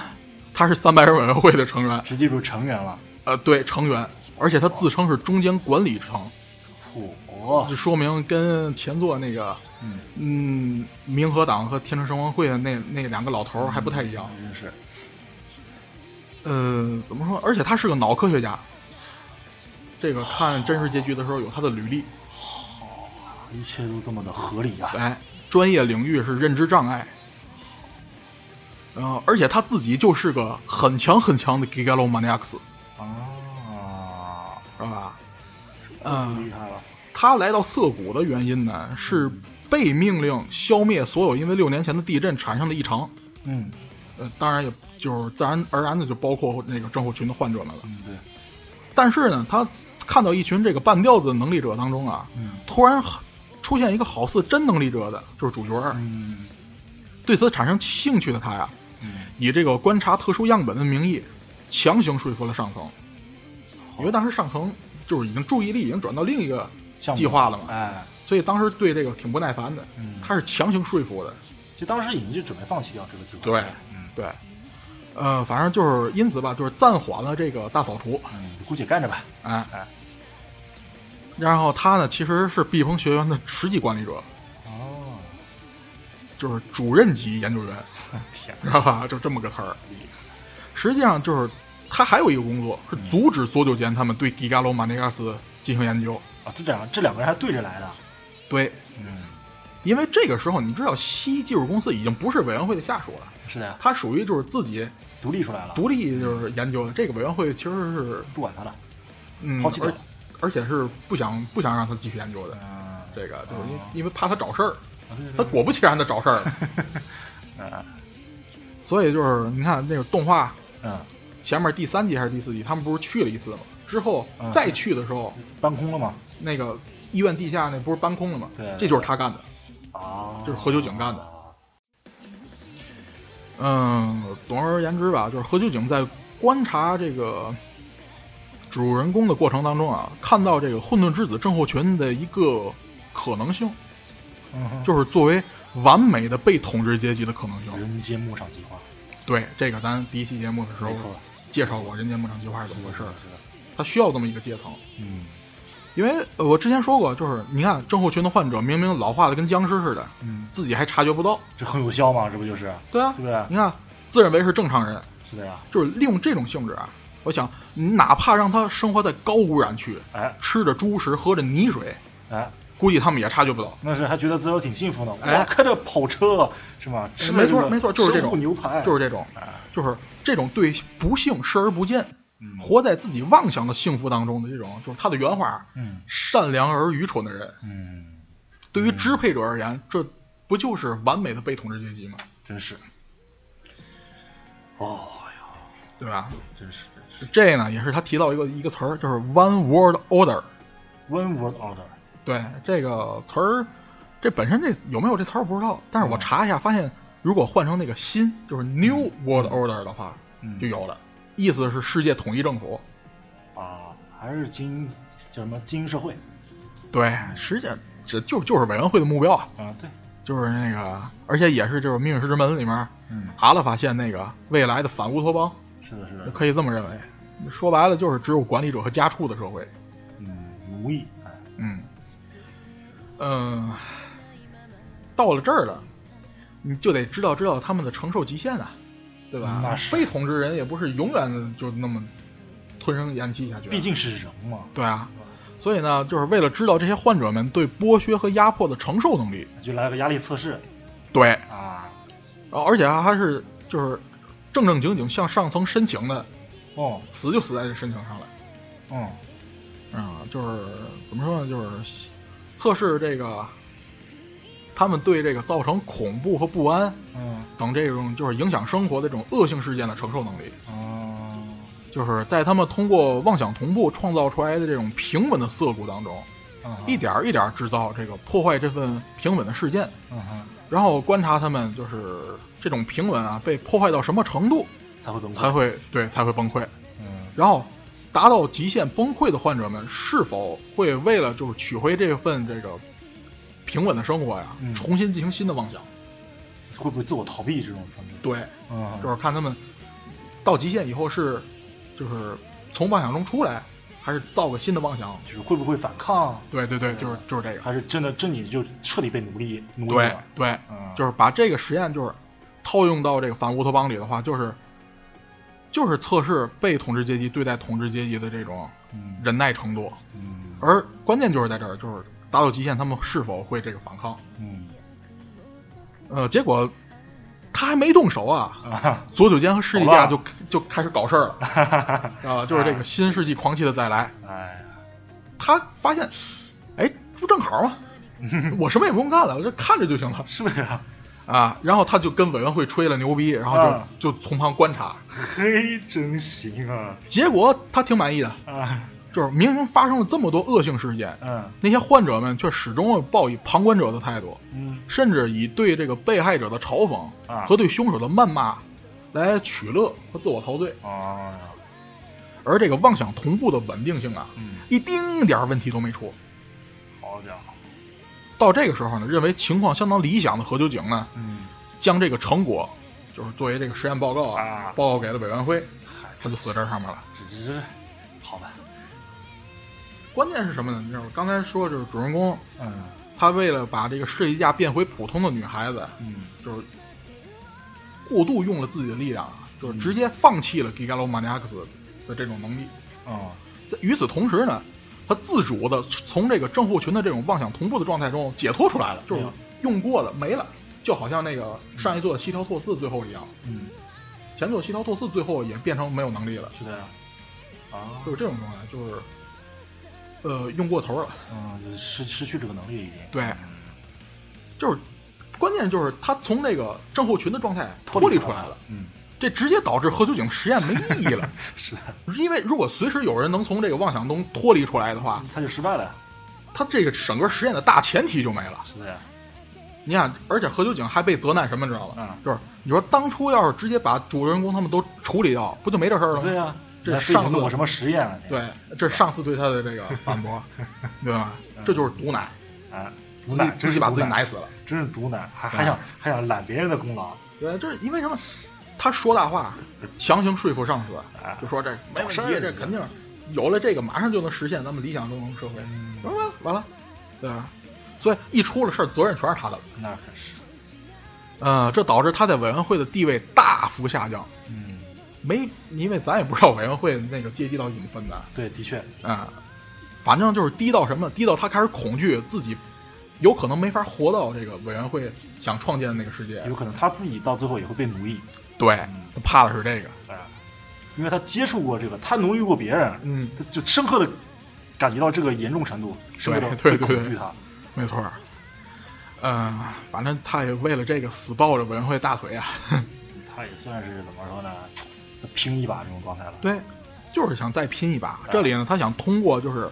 S2: 他是三百人委员会的成员，
S1: 直接入成员了。
S2: 呃，对，成员，而且他自称是中间管理层，
S1: 嚯
S2: 就，说明跟前作那个，
S1: 嗯，
S2: 嗯，明和党和天成生亡会的那那两个老头儿还不太一样。
S1: 嗯真是，啊
S2: 呃，怎么说？而且他是个脑科学家。这个看真实结局的时候有他的履历，
S1: 一切都这么的合理啊。
S2: 哎，专业领域是认知障碍。呃，而且他自己就是个很强很强的 Gigalomaniacs，知
S1: 啊，
S2: 道吧？
S1: 太
S2: 嗯、
S1: 厉害了。
S2: 他来到涩谷的原因呢，是被命令消灭所有因为六年前的地震产生的异常。
S1: 嗯
S2: 呃，当然也就是自然而然的就包括那个症候群的患者们了。
S1: 嗯，对，
S2: 但是呢，他看到一群这个半吊子能力者当中啊，
S1: 嗯
S2: 突然出现一个好似真能力者的，就是主角儿，
S1: 嗯
S2: 对此产生兴趣的他呀，
S1: 嗯，
S2: 以这个观察特殊样本的名义，强行说服了上层，因为当时上层就是已经注意力已经转到另一个
S1: 项目
S2: 计划了嘛，
S1: 哎，
S2: 所以当时对这个挺不耐烦的，
S1: 嗯，
S2: 他是强行说服的，
S1: 其实当时已经就准备放弃掉这个计划。
S2: 对
S1: 嗯
S2: 对，呃，反正就是因此吧，就是暂缓了这个大扫除，
S1: 嗯，姑且干着吧。
S2: 哎
S1: 哎，
S2: 然后他呢其实是毕鹏学院的实际管理者，
S1: 哦，
S2: 就是主任级研究员，
S1: 天
S2: 知道吧？就这么个词儿。
S1: 厉
S2: 实际上就是他还有一个工作是阻止佐久间他们对迪伽罗马尼亚斯进行研究。
S1: 害啊！这两这两个人还对着来的。
S2: 对，
S1: 嗯，
S2: 因为这个时候你知道西技术公司已经不是委员会的下属了，
S1: 是的呀，
S2: 它属于就是自己
S1: 独立出来了，
S2: 独立就是研究的。这个委员会其实是
S1: 不管他了，
S2: 嗯，
S1: 抛弃掉
S2: 而
S1: 了。
S2: 而且是不想不想让他继续研究的。
S1: 嗯，
S2: 这个就是因
S1: 哦
S2: 因为怕他找事儿，他
S1: 对
S2: 果不其然的找事儿
S1: 嗯
S2: 了，所以就是你看那个动画
S1: 嗯，
S2: 前面第三集还是第四集，他们不是去了一次吗？之后
S1: 嗯
S2: 再去的时候，
S1: 搬空了嘛。
S2: 那个医院地下那不是搬空了吗？
S1: 对
S2: 这就是他干的。
S1: 啊，
S2: 这是何炅井干的。嗯，总而言之吧，就是何九井在观察这个主人公的过程当中啊，看到这个混沌之子症候群的一个可能性，
S1: 嗯哼，
S2: 就是作为完美的被统治阶级的可能性。
S1: 人间牧场计划，
S2: 对，这个咱第一期节目的时候
S1: 没错，
S2: 介绍过人间牧场计划是怎么回
S1: 是
S2: 事儿
S1: 的，，是的，
S2: 它需要这么一个阶层。
S1: 嗯
S2: 因为呃我之前说过，就是你看症候群的患者明明老化的跟僵尸似的，
S1: 嗯，
S2: 自己还察觉不到，
S1: 这很有效嘛，这不就是？
S2: 对啊
S1: 对，不对？
S2: 你看自认为是正常人，
S1: 是的呀，
S2: 就是利用这种性质啊，我想你哪怕让他生活在高污染区，
S1: 哎
S2: 吃着猪食，喝着泥水，
S1: 哎，
S2: 估计他们也察觉不到。
S1: 那是还觉得自己挺幸福呢。
S2: 哎
S1: 我开着跑车是吗？吃
S2: 没错
S1: 了这个
S2: 没错就是这种
S1: 生物牛排，
S2: 就是这种，
S1: 哎
S2: 就是这种对不幸视而不见，
S1: 嗯
S2: 活在自己妄想的幸福当中的这种，就是他的原话，
S1: 嗯
S2: 善良而愚蠢的人，
S1: 嗯，
S2: 对于支配者而言，这不就是完美的被统治阶级吗？
S1: 真是，哦呀，
S2: 对吧？
S1: 真是真是
S2: 这呢也是他提到一个一个词儿，就是 one world order。
S1: ，One World Order，
S2: 对这个词儿，这本身这有没有这词儿不知道，但是我
S1: 嗯
S2: 查一下发现，如果换成那个新，就是 New World Order 的话，
S1: 嗯
S2: 就有了。意思是世界统一政府。
S1: 啊，还是金叫什么金社会，
S2: 对，实际这就就是委员会的目标啊，
S1: 啊，对，
S2: 就是那个，而且也是就是《命运石之门》里面
S1: 嗯，
S2: 阿拉法县那个未来的反乌托邦，
S1: 是的，是的，
S2: 可以这么认为。说白了就是只有管理者和家畜的社会。
S1: 嗯，奴役，哎
S2: 嗯，嗯、到了这儿了，你就得知道知道他们的承受极限啊，对吧？
S1: 嗯那是
S2: 非统治人也不是永远就那么吞声咽气下去啊，
S1: 毕竟是人嘛，
S2: 对啊。所以呢，就是为了知道这些患者们对剥削和压迫的承受能力，
S1: 就来个压力测试
S2: 对，
S1: 啊，
S2: 然后而且啊还是就是正正经经向上层申请的，
S1: 哦，
S2: 死就死在这申请上了。
S1: 嗯，
S2: 啊、就是怎么说呢，就是测试这个他们对这个造成恐怖和不安
S1: 嗯，
S2: 等这种就是影响生活的这种恶性事件的承受能力，
S1: 嗯，
S2: 就是在他们通过妄想同步创造出来的这种平稳的涩谷当中，
S1: 嗯
S2: 一，点儿一点儿制造这个破坏这份平稳的事件，
S1: 嗯哼，
S2: 然后观察他们就是这种平稳啊被破坏到什么程度
S1: 嗯才会崩
S2: 才
S1: 溃，
S2: 会对才会崩溃。
S1: 嗯，
S2: 然后达到极限崩溃的患者们，是否会为了就是取回这份这个平稳的生活呀，
S1: 嗯
S2: 重新进行新的妄想？
S1: 会不会自我逃避这种方面？
S2: 对，
S1: 嗯，
S2: 就是看他们到极限以后是就是从妄想中出来，还是造个新的妄想？
S1: 就是会不会反抗，
S2: 对对对，就是就是这个，
S1: 还是真的真你就彻底被奴隶奴役
S2: 对
S1: 了？
S2: 对，
S1: 嗯，
S2: 就是把这个实验就是套用到这个反乌托邦里的话，就是。就是测试被统治阶级对待统治阶级的这种
S1: 嗯
S2: 忍耐程度，
S1: 嗯
S2: 而关键就是在这儿，就是达到极限，他们是否会这个反抗？
S1: 嗯
S2: 呃，结果他还没动手啊，
S1: 啊，
S2: 佐久间和士力
S1: 好
S2: 架就就开始搞事儿了 啊、就是这个新世纪狂气的再来。
S1: 哎呀，
S2: 他发现，哎，不正 好吗？我什么也不用干了，我就看着就行了
S1: 是的呀，
S2: 啊。然后他就跟委员会吹了牛逼，然后就、
S1: 啊
S2: 就从旁观察。
S1: 嘿，真行啊，
S2: 结果他挺满意的，
S1: 啊，
S2: 就是明明发生了这么多恶性事件，
S1: 嗯
S2: 那些患者们却始终抱以旁观者的态度。
S1: 嗯
S2: 甚至以对这个被害者的嘲讽
S1: 啊
S2: 和对凶手的谩骂来取乐和自我陶醉，
S1: 啊，
S2: 而这个妄想同步的稳定性啊，
S1: 嗯，
S2: 一丁点儿问题都没出。
S1: 好家伙，
S2: 到这个时候呢，认为情况相当理想的何九景呢，
S1: 嗯，
S2: 将这个成果就是作为这个实验报告
S1: 啊
S2: 报告给了委员会，
S1: 嗨，
S2: 他就死这上面了。
S1: 这这这，好吧，
S2: 关键是什么呢？你知道吗？刚才说就是主人公
S1: 嗯
S2: 他为了把这个设计架变回普通的女孩子，
S1: 嗯
S2: 就是过度用了自己的力量啊，就是直接放弃了 Gigalomaniacs 的这种能力。
S1: 啊
S2: 与此同时呢，他自主的从这个症候群的这种妄想同步的状态中解脱出来了，就是
S1: 嗯
S2: 用过了没了，就好像那个上一座的西条拓四最后一样，
S1: 嗯，
S2: 前座西条拓四最后也变成没有能力了，
S1: 是的呀，啊
S2: 就，是这种状态，就是呃用过头了，
S1: 嗯，就是失失去这个能力已经，
S2: 对
S1: 嗯
S2: 就是关键就是他从这个症候群的状态
S1: 脱
S2: 脱
S1: 离
S2: 离
S1: 出
S2: 出
S1: 来
S2: 来
S1: 了
S2: 了，，
S1: 嗯，
S2: 这直接导致何九井实验没意义了。
S1: 是的，
S2: 因为如果随时有人能从这个妄想中脱离出来的话，
S1: 嗯他就失败了呀，
S2: 他这个整个实验的大前提就没了。
S1: 是的呀，
S2: 你看，而且何九井还被责难什么，你知道吗？
S1: 嗯
S2: 啊就是你说当初要是直接把主人公他们都处理掉，不就没这事儿了吗？
S1: 对啊呀，
S2: 这
S1: 那
S2: 是
S1: 费
S2: 上
S1: 城
S2: 次
S1: 做过什么实验啊？这个，
S2: 对这是上司对他的这个反 驳，对吧？这就是毒奶，
S1: 啊，毒
S2: 自
S1: 奶
S2: 己，
S1: 真
S2: 自
S1: 是
S2: 己把
S1: 毒
S2: 自己奶，死了。
S1: 真是毒奶，还
S2: 对啊
S1: 还想还想揽别人的功劳，
S2: 对，这是因为什么？他说大话，强行说服上司
S1: 啊，
S2: 就说这没问
S1: 事
S2: 题
S1: 儿，
S2: 这肯定有了这个，马上就能实现咱们理想中的社会。
S1: 嗯
S2: 完了完了，对吧？所以一出了事儿，责任全是他的了。
S1: 那可是，
S2: 呃，这导致他在委员会的地位大幅下降。
S1: 嗯，
S2: 没，因为咱也不知道委员会那个阶级到底怎么分的啊、
S1: 对，的确，
S2: 反正就是低到什么，低到他开始恐惧自己有可能没法活到这个委员会想创建的那个世界。
S1: 有可能他自己到最后也会被奴役，嗯
S2: 对，他怕的是这个。
S1: 啊，因为他接触过这个，他奴役过别人，
S2: 嗯，
S1: 他就深刻的感觉到这个严重程度，深刻的
S2: 对对对
S1: 恐惧他，
S2: 没错儿。呃，反正他也为了这个死抱着委员会大腿啊。
S1: 嗯他也算是怎么说呢，再拼一把这种状态了，
S2: 对，就是想再拼一把。这里呢，他想通过就是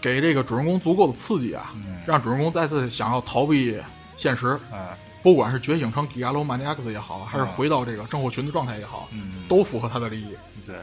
S2: 给这个主人公足够的刺激啊，
S1: 嗯，
S2: 让主人公再次想要逃避现实，
S1: 啊，
S2: 不管是觉醒成 g i a l o m a n i a c s 也好，还是
S1: 嗯
S2: 回到这个症候群的状态也好，
S1: 嗯，
S2: 都符合他的利益
S1: 对，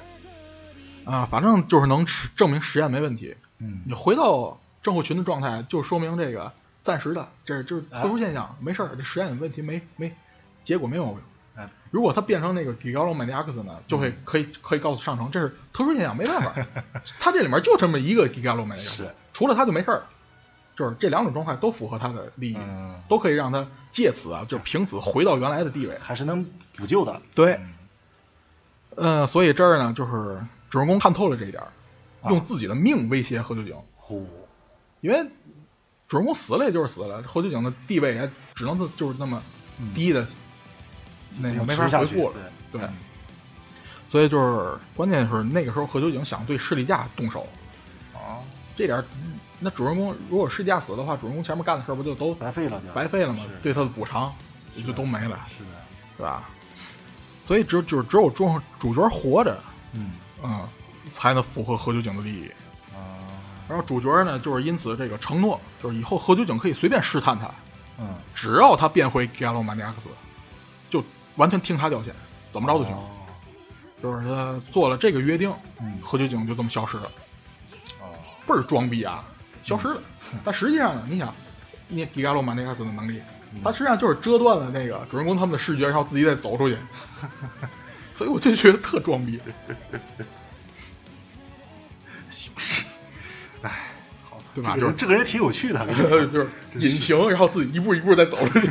S2: 啊、反正就是能实证明实验没问题。
S1: 嗯
S2: 你，回到症候群的状态，就说明这个暂时的，这就是特殊现象，没事儿，这实验问题没没结果没毛病
S1: 哎。
S2: 如果它变成那个 g i g a l o m a n i a c s 呢，
S1: 嗯
S2: 就会可以可以告诉上层，这是特殊现象，没办法， 它这里面就这么一个 g i g a l o m a n i a c
S1: 是
S2: s 除了它就没事儿了。就是这两种状态都符合它的利益，
S1: 嗯
S2: 都可以让它借此啊，就凭此回到原来的地位。
S1: 还是能补救的。
S2: 对，
S1: 嗯
S2: 呃，所以这儿呢，就是主人公看透了这一点儿，
S1: 啊
S2: 用自己的命威胁何九井，
S1: 呼，
S2: 因为主人公死了也就是死了，何九井的地位也只能是就是那么
S1: 嗯
S2: 低的，那个没法回复了。
S1: 对，
S2: 对，所以就是关键是那个时候何九井想对势力架动手，
S1: 啊，
S2: 这点儿那主人公如果势力架死的话，主人公前面干的事儿不就都
S1: 白费了就
S2: 白费了吗
S1: 是？
S2: 对他的补偿也
S1: 是
S2: 就都没了，
S1: 是的，
S2: 对吧？所以只有就是只有主主角活着，
S1: 嗯
S2: 嗯，才能符合何九井的利益。
S1: 啊，
S2: 然后主角呢，就是因此这个承诺，就是以后何九井可以随便试探他，
S1: 嗯，
S2: 只要他变回 g a l o m a n i a c s 就完全听他调遣，怎么着都行。
S1: 哦
S2: 就是他做了这个约定，
S1: 嗯，
S2: 何九井就这么消失了，
S1: 哦，
S2: 倍儿装逼啊，消失了。
S1: 嗯
S2: 但实际上呢，你想，你 g a l o m a n i a c s 的能力，
S1: 嗯
S2: 他实际上就是遮断了那个主人公他们的视觉，然后自己再走 出去，所以我就觉得特装逼。
S1: 行是，哎，好，
S2: 对吧
S1: 这个人
S2: 就是
S1: 这个人挺有趣的，感觉
S2: 就是隐形，然后自己一步一步再走 出去，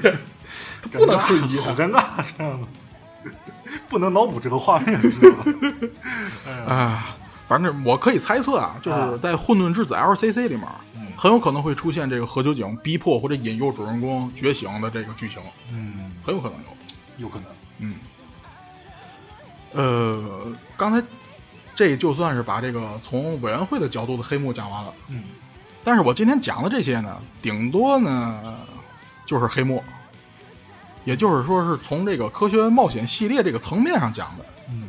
S2: 他 不能瞬移
S1: 好
S2: 的
S1: 尴尬，这样的，不能脑补这个画面，你知道吗？
S2: 啊。反正我可以猜测啊，就是在《混沌之子 LCC》里面，
S1: 嗯
S2: 很有可能会出现这个何九井逼迫或者引诱主人公觉醒的这个剧情，
S1: 嗯，
S2: 很有可能有。
S1: 有可能，
S2: 嗯，呃，刚才这就算是把这个从委员会的角度的黑幕讲完了，
S1: 嗯，
S2: 但是我今天讲的这些呢，顶多呢就是黑幕，也就是说是从这个科学冒险系列这个层面上讲的。
S1: 嗯，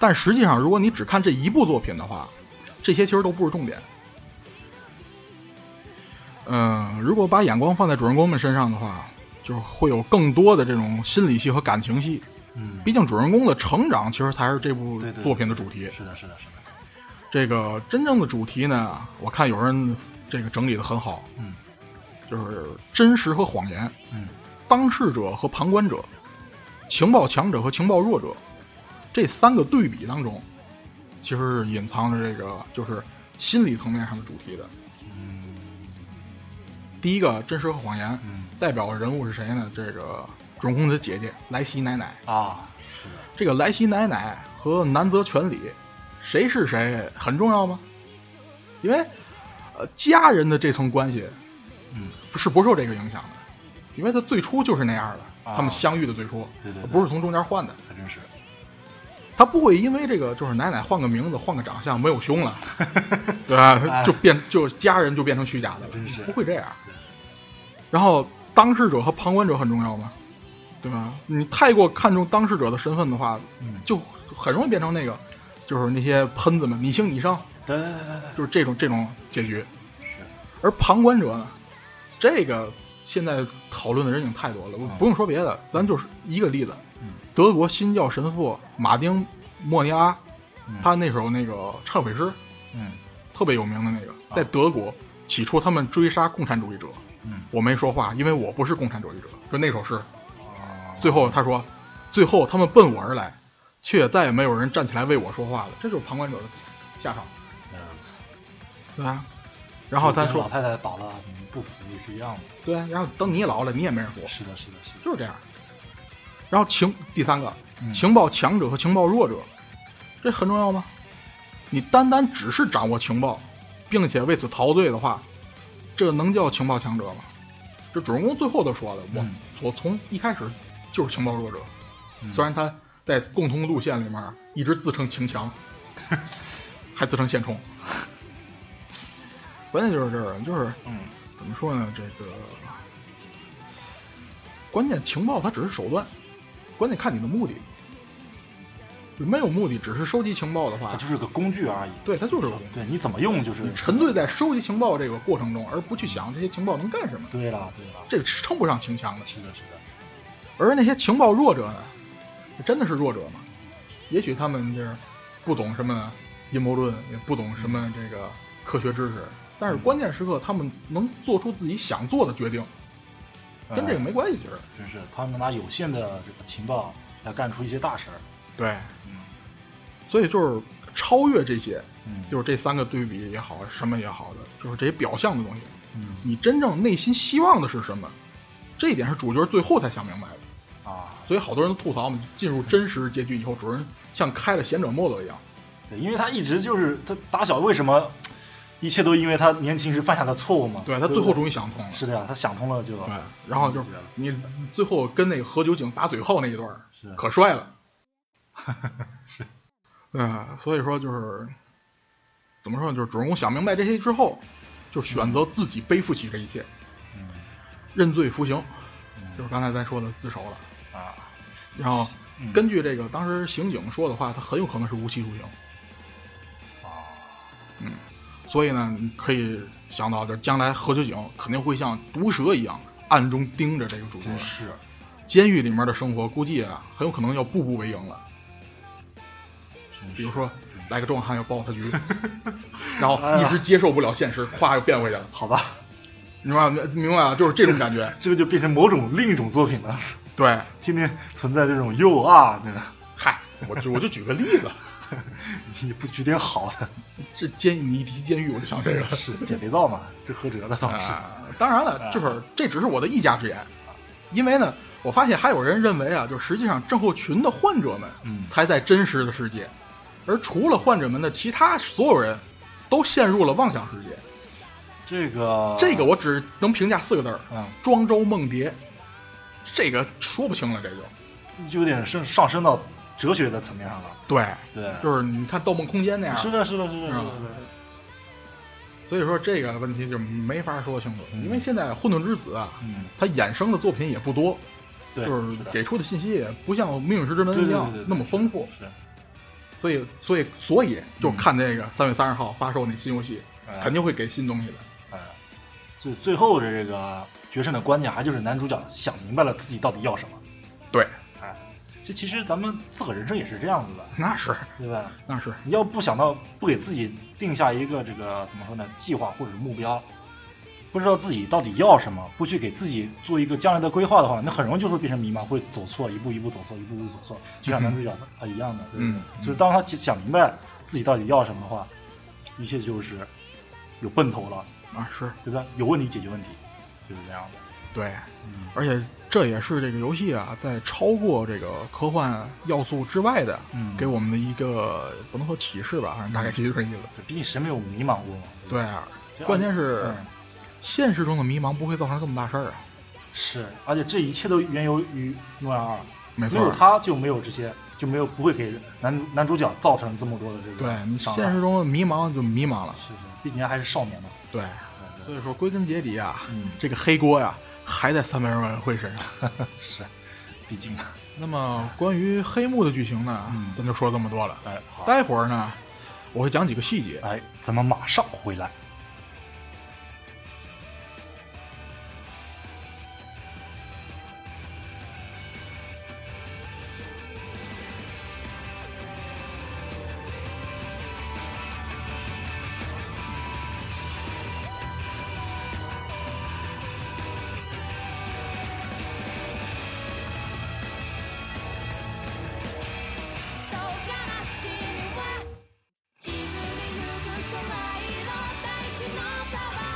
S2: 但实际上，如果你只看这一部作品的话，这些其实都不是重点。嗯、如果把眼光放在主人公们身上的话，就是会有更多的这种心理戏和感情戏。
S1: 嗯，
S2: 毕竟主人公的成长其实才是这部
S1: 对对
S2: 作品的主题。
S1: 是的，是的，是的，
S2: 这个真正的主题呢，我看有人这个整理的很好，
S1: 嗯
S2: 就是真实和谎言。
S1: 嗯
S2: 当事者和旁观者，情报强者和情报弱者，这三个对比当中，其实是隐藏着这个就是心理层面上的主题的。第一个真实和谎言，
S1: 嗯
S2: 代表人物是谁呢？这个主人公的姐姐莱西奶奶。
S1: 啊，是的，
S2: 这个莱西奶奶和南泽全里，谁是谁很重要吗？因为，呃，家人的这层关系
S1: 嗯，
S2: 是不受这个影响的，因为他最初就是那样的，
S1: 啊
S2: 他们相遇的最初，
S1: 对对对
S2: 不是从中间换的。
S1: 还真是，
S2: 他不会因为这个就是奶奶换个名字、换个长相没有胸 了，对吧？他就变就家人就变成虚假的了，
S1: 哎真是
S2: 不会这样
S1: 对。
S2: 然后当事者和旁观者很重要吗？对吧？你太过看重当事者的身份的话，
S1: 嗯，
S2: 就很容易变成那个，就是那些喷子们你行你上，
S1: 对对对对
S2: 就是这种这种结局。
S1: 对，是，
S2: 而旁观者呢，这个现在讨论的人已经太多了，我
S1: 嗯
S2: 不用说别的，咱就是一个例子，
S1: 嗯
S2: 德国新教神父马丁·莫尼阿，
S1: 嗯
S2: 他那时候那个忏悔诗
S1: 嗯
S2: 特别有名的那个，
S1: 啊
S2: 在德国起初他们追杀共产主义者，
S1: 嗯，哦
S2: 我没说话，因为我不是共产主义者，就那首诗。
S1: 啊，
S2: 最后他说，最后他们奔我而来，却再也没有人站起来为我说话了，这就是旁观者的下场，
S1: 嗯
S2: 对吧？然后他
S1: 跟
S2: 说
S1: 老，太太倒了，你不服也是一样的，
S2: 对啊，然后等你老了，你也没人活。
S1: 是的，是的，是的，
S2: 就是这样。然后情第三个，
S1: 嗯
S2: 情报强者和情报弱者，这很重要吗？你单单只是掌握情报，并且为此陶醉的话，这能叫情报强者吗？这主人公最后都说了，我、
S1: 嗯
S2: 我从一开始就是情报弱者，
S1: 嗯
S2: 虽然他在共同路线里面一直自称 情强，还自称现充。关键就是这儿，就是
S1: 嗯
S2: 怎么说呢？这个关键情报它只是手段，关键看你的目的。就没有目的，只是收集情报的
S1: 它
S2: 话，
S1: 就是个工具而已，
S2: 对它就是个工具。
S1: 啊对，你怎么用就是
S2: 你沉醉在收集情报这个过程中，而不去想这些情报能干什么，
S1: 对了，对了，
S2: 这个是称不上情强的。
S1: 是的，是的，
S2: 而那些情报弱者呢，真的是弱者吗？也许他们就是不懂什么阴谋论，也不懂什么这个科学知识，但是关键时刻他们能做出自己想做的决定，跟
S1: 哎
S2: 这个没关系，其实。
S1: 真嗯是他们拿有限的这个情报来干出一些大事儿。
S2: 对，
S1: 嗯
S2: 所以就是超越这些，
S1: 嗯，
S2: 就是这三个对比也好，什么也好的，就是这些表象的东西，
S1: 嗯
S2: 你真正内心希望的是什么，这一点是主角最后才想明白的。
S1: 啊，
S2: 所以好多人都吐槽嘛，进入真实结局以后，主人像开了贤者莫德一样。
S1: 对，因为他一直就是他打小为什么一切都因为他年轻时犯下的错误嘛。
S2: 对他
S1: 不
S2: 最后终于想通了，
S1: 是的呀，他想通了就
S2: 对，然后就是你最后跟那个何九井打嘴炮那一段儿
S1: 是
S2: 可帅了，是，嗯，所以说就是怎么说呢，就是主人公想明白这些之后，就选择自己背负起这一切，
S1: 嗯
S2: 认罪服刑，
S1: 嗯
S2: 就是刚才咱说的自首了。
S1: 啊，
S2: 然后
S1: 嗯
S2: 根据这个当时刑警说的话，他很有可能是无期徒刑，
S1: 啊，
S2: 所以呢，你可以想到，就是将来何九井肯定会像毒蛇一样暗中盯着这个主角
S1: 真。是
S2: 监狱里面的生活，估计啊，很有可能要步步为营了。
S1: 真是
S2: 比如说，来个壮汉要报他 局，然后一时接受不了现实，咵又变回去了。
S1: 好吧，
S2: 明白吗明白啊？就是这种感觉。
S1: 这个就变成某种另一种作品了，
S2: 对，
S1: 天天存在这种诱啊，那
S2: 嗯
S1: 个
S2: 嗨，我就我就举个例子，
S1: 你不举点好的，
S2: 这监狱你一提监狱我就想这个。
S1: 是减肥皂嘛，这何哲的倒是，
S2: 啊，当然了，
S1: 啊
S2: 就是这只是我的一家之言，因为呢，我发现还有人认为啊，就实际上症候群的患者们
S1: 嗯
S2: 才在真实的世界，而除了患者们的其他所有人都陷入了妄想世界。
S1: 这个
S2: 这个我只能评价四个字儿：
S1: 嗯。
S2: 庄周梦蝶。这个说不清了，这就嗯
S1: 就有点上上升到哲学的层面上了。
S2: 对，
S1: 对，
S2: 就是你看《盗梦空间》那样，嗯
S1: 是的，是的，是的，是
S2: 是吧
S1: 的，是的
S2: 所以说这个问题就没法说清楚，
S1: 嗯
S2: 因为现在《混沌之子》啊，
S1: 嗯，
S2: 它衍生的作品也不多，
S1: 对，
S2: 就是
S1: 的
S2: 给出的信息也不像《命运石之门
S1: 对》
S2: 一
S1: 对
S2: 样
S1: 对对
S2: 那么丰富，
S1: 是，
S2: 所以所以所以就
S1: 嗯
S2: 看这个三月三十号发售那新游戏，
S1: 哎
S2: 肯定会给新东西的。
S1: 哎，所以最后的这个决胜的关键还就是男主角想明白了自己到底要什么。
S2: 对，
S1: 哎，这其实咱们自个儿人生也是这样子的，
S2: 那是
S1: 对吧？
S2: 那是，
S1: 你要不想到不给自己定下一个这个怎么说呢计划或者目标，不知道自己到底要什么，不去给自己做一个将来的规划的话，那很容易就会变成迷茫，会走错，一步一步走错，一步一步走错，就像男主角他一样的，对不对
S2: 嗯嗯
S1: 所以当他想明白自己到底要什么的话，一切就是有奔头了，
S2: 嗯那是
S1: 对吧？有问题解决问题，就是这样的。
S2: 对，
S1: 嗯
S2: 而且这也是这个游戏啊，在超过这个科幻要素之外的，
S1: 嗯
S2: 给我们的一个不能说启示吧，反正大概其实这意思。
S1: 对毕竟谁没有迷茫过嘛？
S2: 对
S1: 吧，
S2: 啊，
S1: 这
S2: 关键是、
S1: 嗯
S2: 现实中的迷茫不会造成这么大事儿啊，
S1: 是，而且这一切都缘由于诺兰二。
S2: 没
S1: 只
S2: 错
S1: 有
S2: 儿。
S1: 他就没有这些，就没有不会给男男主角造成这么多的这个
S2: 对你
S1: 伤
S2: 现
S1: 害
S2: 实中的迷茫就迷茫了，
S1: 是是，毕竟还是少年嘛。
S2: 对，
S1: 对
S2: 所
S1: 对
S2: 以说归根结底啊，
S1: 嗯，
S2: 这个黑锅呀、还在三百人委员会身上。
S1: 是，毕竟
S2: 那么关于黑幕的剧情呢，
S1: 嗯
S2: 咱就说这么多了。
S1: 哎好，
S2: 待会儿呢，我会讲几个细节。
S1: 哎，咱们马上回来。
S3: そう悲しみは沈みゆく空色だ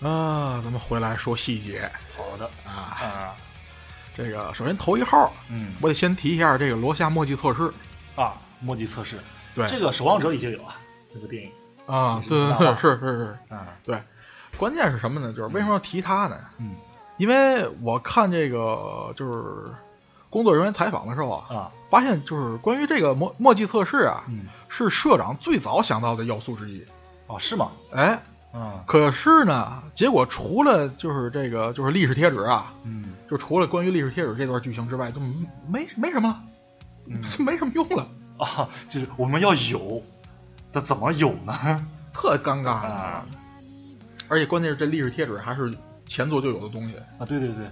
S2: 啊，咱们回来说细节
S1: 好的
S2: 啊。
S1: 啊，
S2: 这个首先头一号，
S1: 嗯
S2: 我得先提一下这个罗夏墨迹测试。
S1: 啊，墨迹测试，
S2: 对，
S1: 这个《守望者》里就有啊，这个电影
S2: 啊，对对对，是是是，
S1: 啊，
S2: 对。关键是什么呢？就是为什么要提他呢？
S1: 嗯
S2: 因为我看这个就是工作人员采访的时候啊，
S1: 啊，
S2: 发现就是关于这个墨墨迹测试啊，
S1: 嗯，
S2: 是社长最早想到的要素之一。
S1: 哦，是吗？
S2: 哎，
S1: 嗯
S2: 可是呢，结果除了就是这个就是历史贴纸啊，
S1: 嗯
S2: 就除了关于历史贴纸这段剧情之外，就没没什么了，
S1: 嗯，
S2: 没什么用了，
S1: 啊，就是我们要有，那怎么有呢？
S2: 特尴尬。
S1: 啊
S2: 而且关键是这历史贴纸还是前作就有的东西。
S1: 啊，对对对，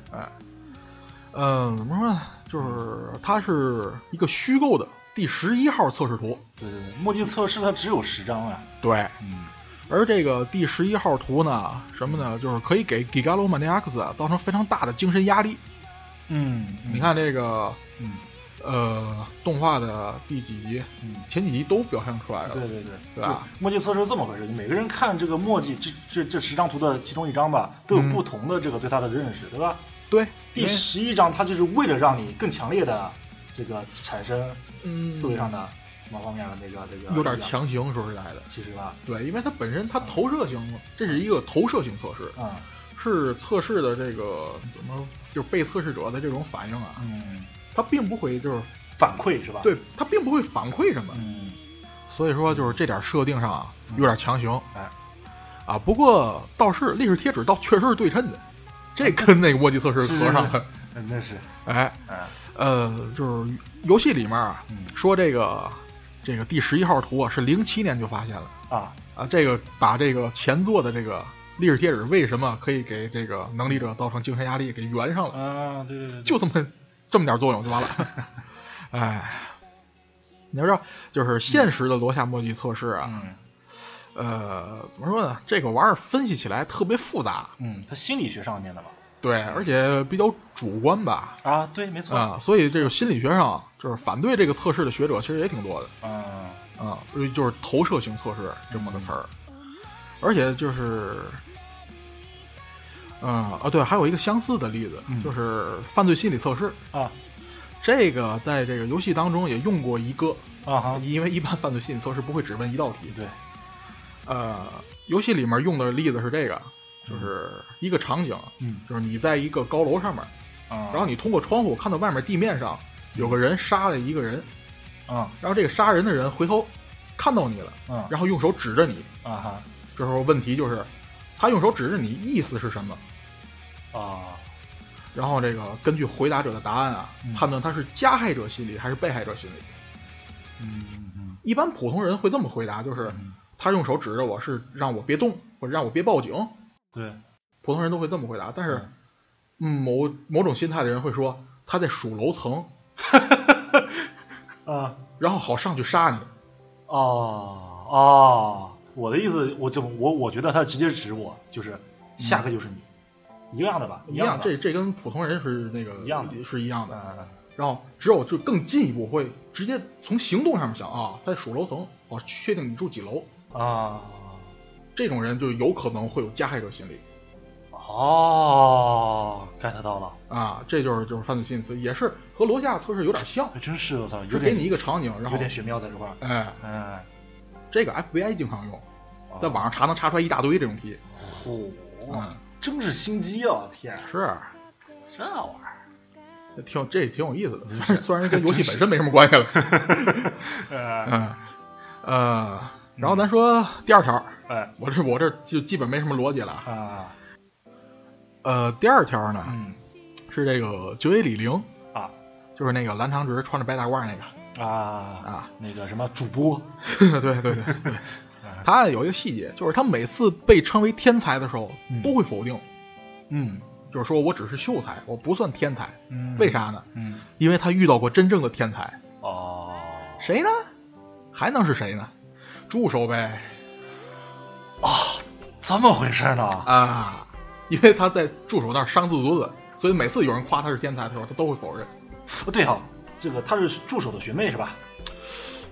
S2: 嗯，怎么说呢？就是它是一个虚构的第十一号测试图。
S1: 对对对，墨迹测试它只有十张啊，
S2: 对，
S1: 嗯
S2: 而这个第十一号图呢，什么呢？就是可以给 Gigalomaniacs 啊造成非常大的精神压力。
S1: 嗯，
S2: 你，看这个
S1: 嗯
S2: 呃，动画的第几集、
S1: 嗯，
S2: 前几集都表现出来了。
S1: 对对对，
S2: 对吧？
S1: 墨迹测试是这么回事，每个人看这个墨迹这这这十张图的其中一张吧，都有
S2: 嗯
S1: 不同的这个对它的认识，对吧？
S2: 对，因
S1: 第
S2: 为
S1: 十一章它就是为了让你更强烈的这个产生
S2: 嗯
S1: 思维上的某方面的那个这个
S2: 有点，强行，说实在的。
S1: 其实吧，
S2: 对，因为它本身它投射型，这是一个投射型测试，
S1: 嗯
S2: 是测试的这个怎么说就是被测试者的这种反应啊，
S1: 嗯，
S2: 它并不会就是
S1: 反馈是吧？，
S2: 对它并不会反馈什么，
S1: 嗯
S2: 所以说就是这点设定上啊有点强行。
S1: 哎，
S2: 啊，不过倒是历史贴纸倒确实是对称的，这跟那个墨迹测试
S1: 嗯是是
S2: 合上了。
S1: 嗯，那是，
S2: 哎，
S1: 嗯
S2: 呃，就是游戏里面啊，
S1: 嗯
S2: 说这个这个第十一号图啊，是零七年就发现了
S1: 啊，
S2: 啊。这个把这个前作的这个历史贴纸为什么可以给这个能力者造成精神压力给圆上了，
S1: 啊，对对对，对
S2: 就这么这么点作用就完了。哎，你要知道，就是现实的罗夏墨迹测试啊，
S1: 嗯
S2: 呃，怎么说呢？这个玩意儿分析起来特别复杂，
S1: 嗯，它心理学上面的吧？
S2: 对，而且比较主观吧。
S1: 啊，对，没错，
S2: 啊，所以这个心理学上啊就是反对这个测试的学者其实也挺多的。
S1: 嗯
S2: 啊、就是投射型测试这么个词儿，而且就是，嗯啊，对，还有一个相似的例子，
S1: 嗯
S2: 就是犯罪心理测试，
S1: 啊
S2: 这个在这个游戏当中也用过一个，
S1: 啊哈，
S2: 因为一般犯罪心理测试不会只问一道题，
S1: 对，
S2: 呃，游戏里面用的例子是这个，就是一个场景，
S1: 嗯
S2: 就是你在一个高楼上面，
S1: 啊，
S2: 然后你通过窗户看到外面地面上有个人杀了一个人，
S1: 啊
S2: 然后这个杀人的人回头看到你了，
S1: 嗯啊
S2: 然后用手指着你。
S1: 哈
S2: 这时候问题就是，他用手指着你，意思是什么？
S1: 啊
S2: 然后这个根据回答者的答案啊，
S1: 嗯
S2: 判断他是加害者心理还是被害者心理。
S1: 嗯嗯
S2: 一般普通人会这么回答，就是
S1: 嗯，
S2: 他用手指着我是让我别动，或者让我别报警。
S1: 对，
S2: 普通人都会这么回答，但是
S1: 嗯
S2: 嗯某某种心态的人会说他在数楼层，
S1: 啊
S2: 然后好上去杀你。
S1: 哦哦，我的意思，我就我我觉得他直接指我，就是下个就是你，一样的吧，
S2: 一
S1: 样
S2: 样，
S1: 的，
S2: 这这跟普通人是那个
S1: 一样的
S2: 是一样的。
S1: 嗯
S2: 然后只有就更进一步会直接从行动上面想啊，他在数楼层，我确定你住几楼。
S1: 啊
S2: 这种人就有可能会有加害者心理
S1: 哦，get 到了，
S2: 啊，这就是就是犯罪心理测，也是和罗夏测试有点像
S1: 还，真是我操，
S2: 是
S1: 有
S2: 给
S1: 点
S2: 你一个场景，然
S1: 有
S2: 后
S1: 点玄妙在这块儿，
S2: 哎，
S1: 嗯，
S2: 这个 FBI 经常用，
S1: 哦
S2: 在网上查能查出来一大堆这种题，
S1: 嚯
S2: 嗯，
S1: 真是心机啊！天，
S2: 是
S1: 这玩意儿，
S2: 这挺有这也挺有意思的，虽然虽然跟游戏本身没什么关系了，
S1: 呃，
S2: 嗯呃，然后咱说第二条，
S1: 哎
S2: 我这我这就基本没什么逻辑了啊，
S1: 啊，
S2: 呃，第二条呢
S1: 嗯
S2: 是这个九尾李玲，
S1: 啊
S2: 就是那个蓝长直穿着白大褂那个
S1: 啊
S2: 啊，
S1: 那个什么主播， 啊
S2: 对对对对， 他有一个细节，就是他每次被称为天才的时候，
S1: 嗯
S2: 都会否定，
S1: 嗯
S2: 就是说我只是秀才，我不算天才。
S1: 嗯，
S2: 为？啥呢？
S1: 嗯，
S2: 因为他遇到过真正的天才，
S1: 哦，
S2: 谁呢？还能是谁呢？助手呗
S1: 这么回事呢？
S2: 啊！因为他在助手那儿伤自尊了，所以每次有人
S1: 啊
S2: 夸他是天才的时候，他都会否认。
S1: 不对哈，这个她是助手的学妹是吧？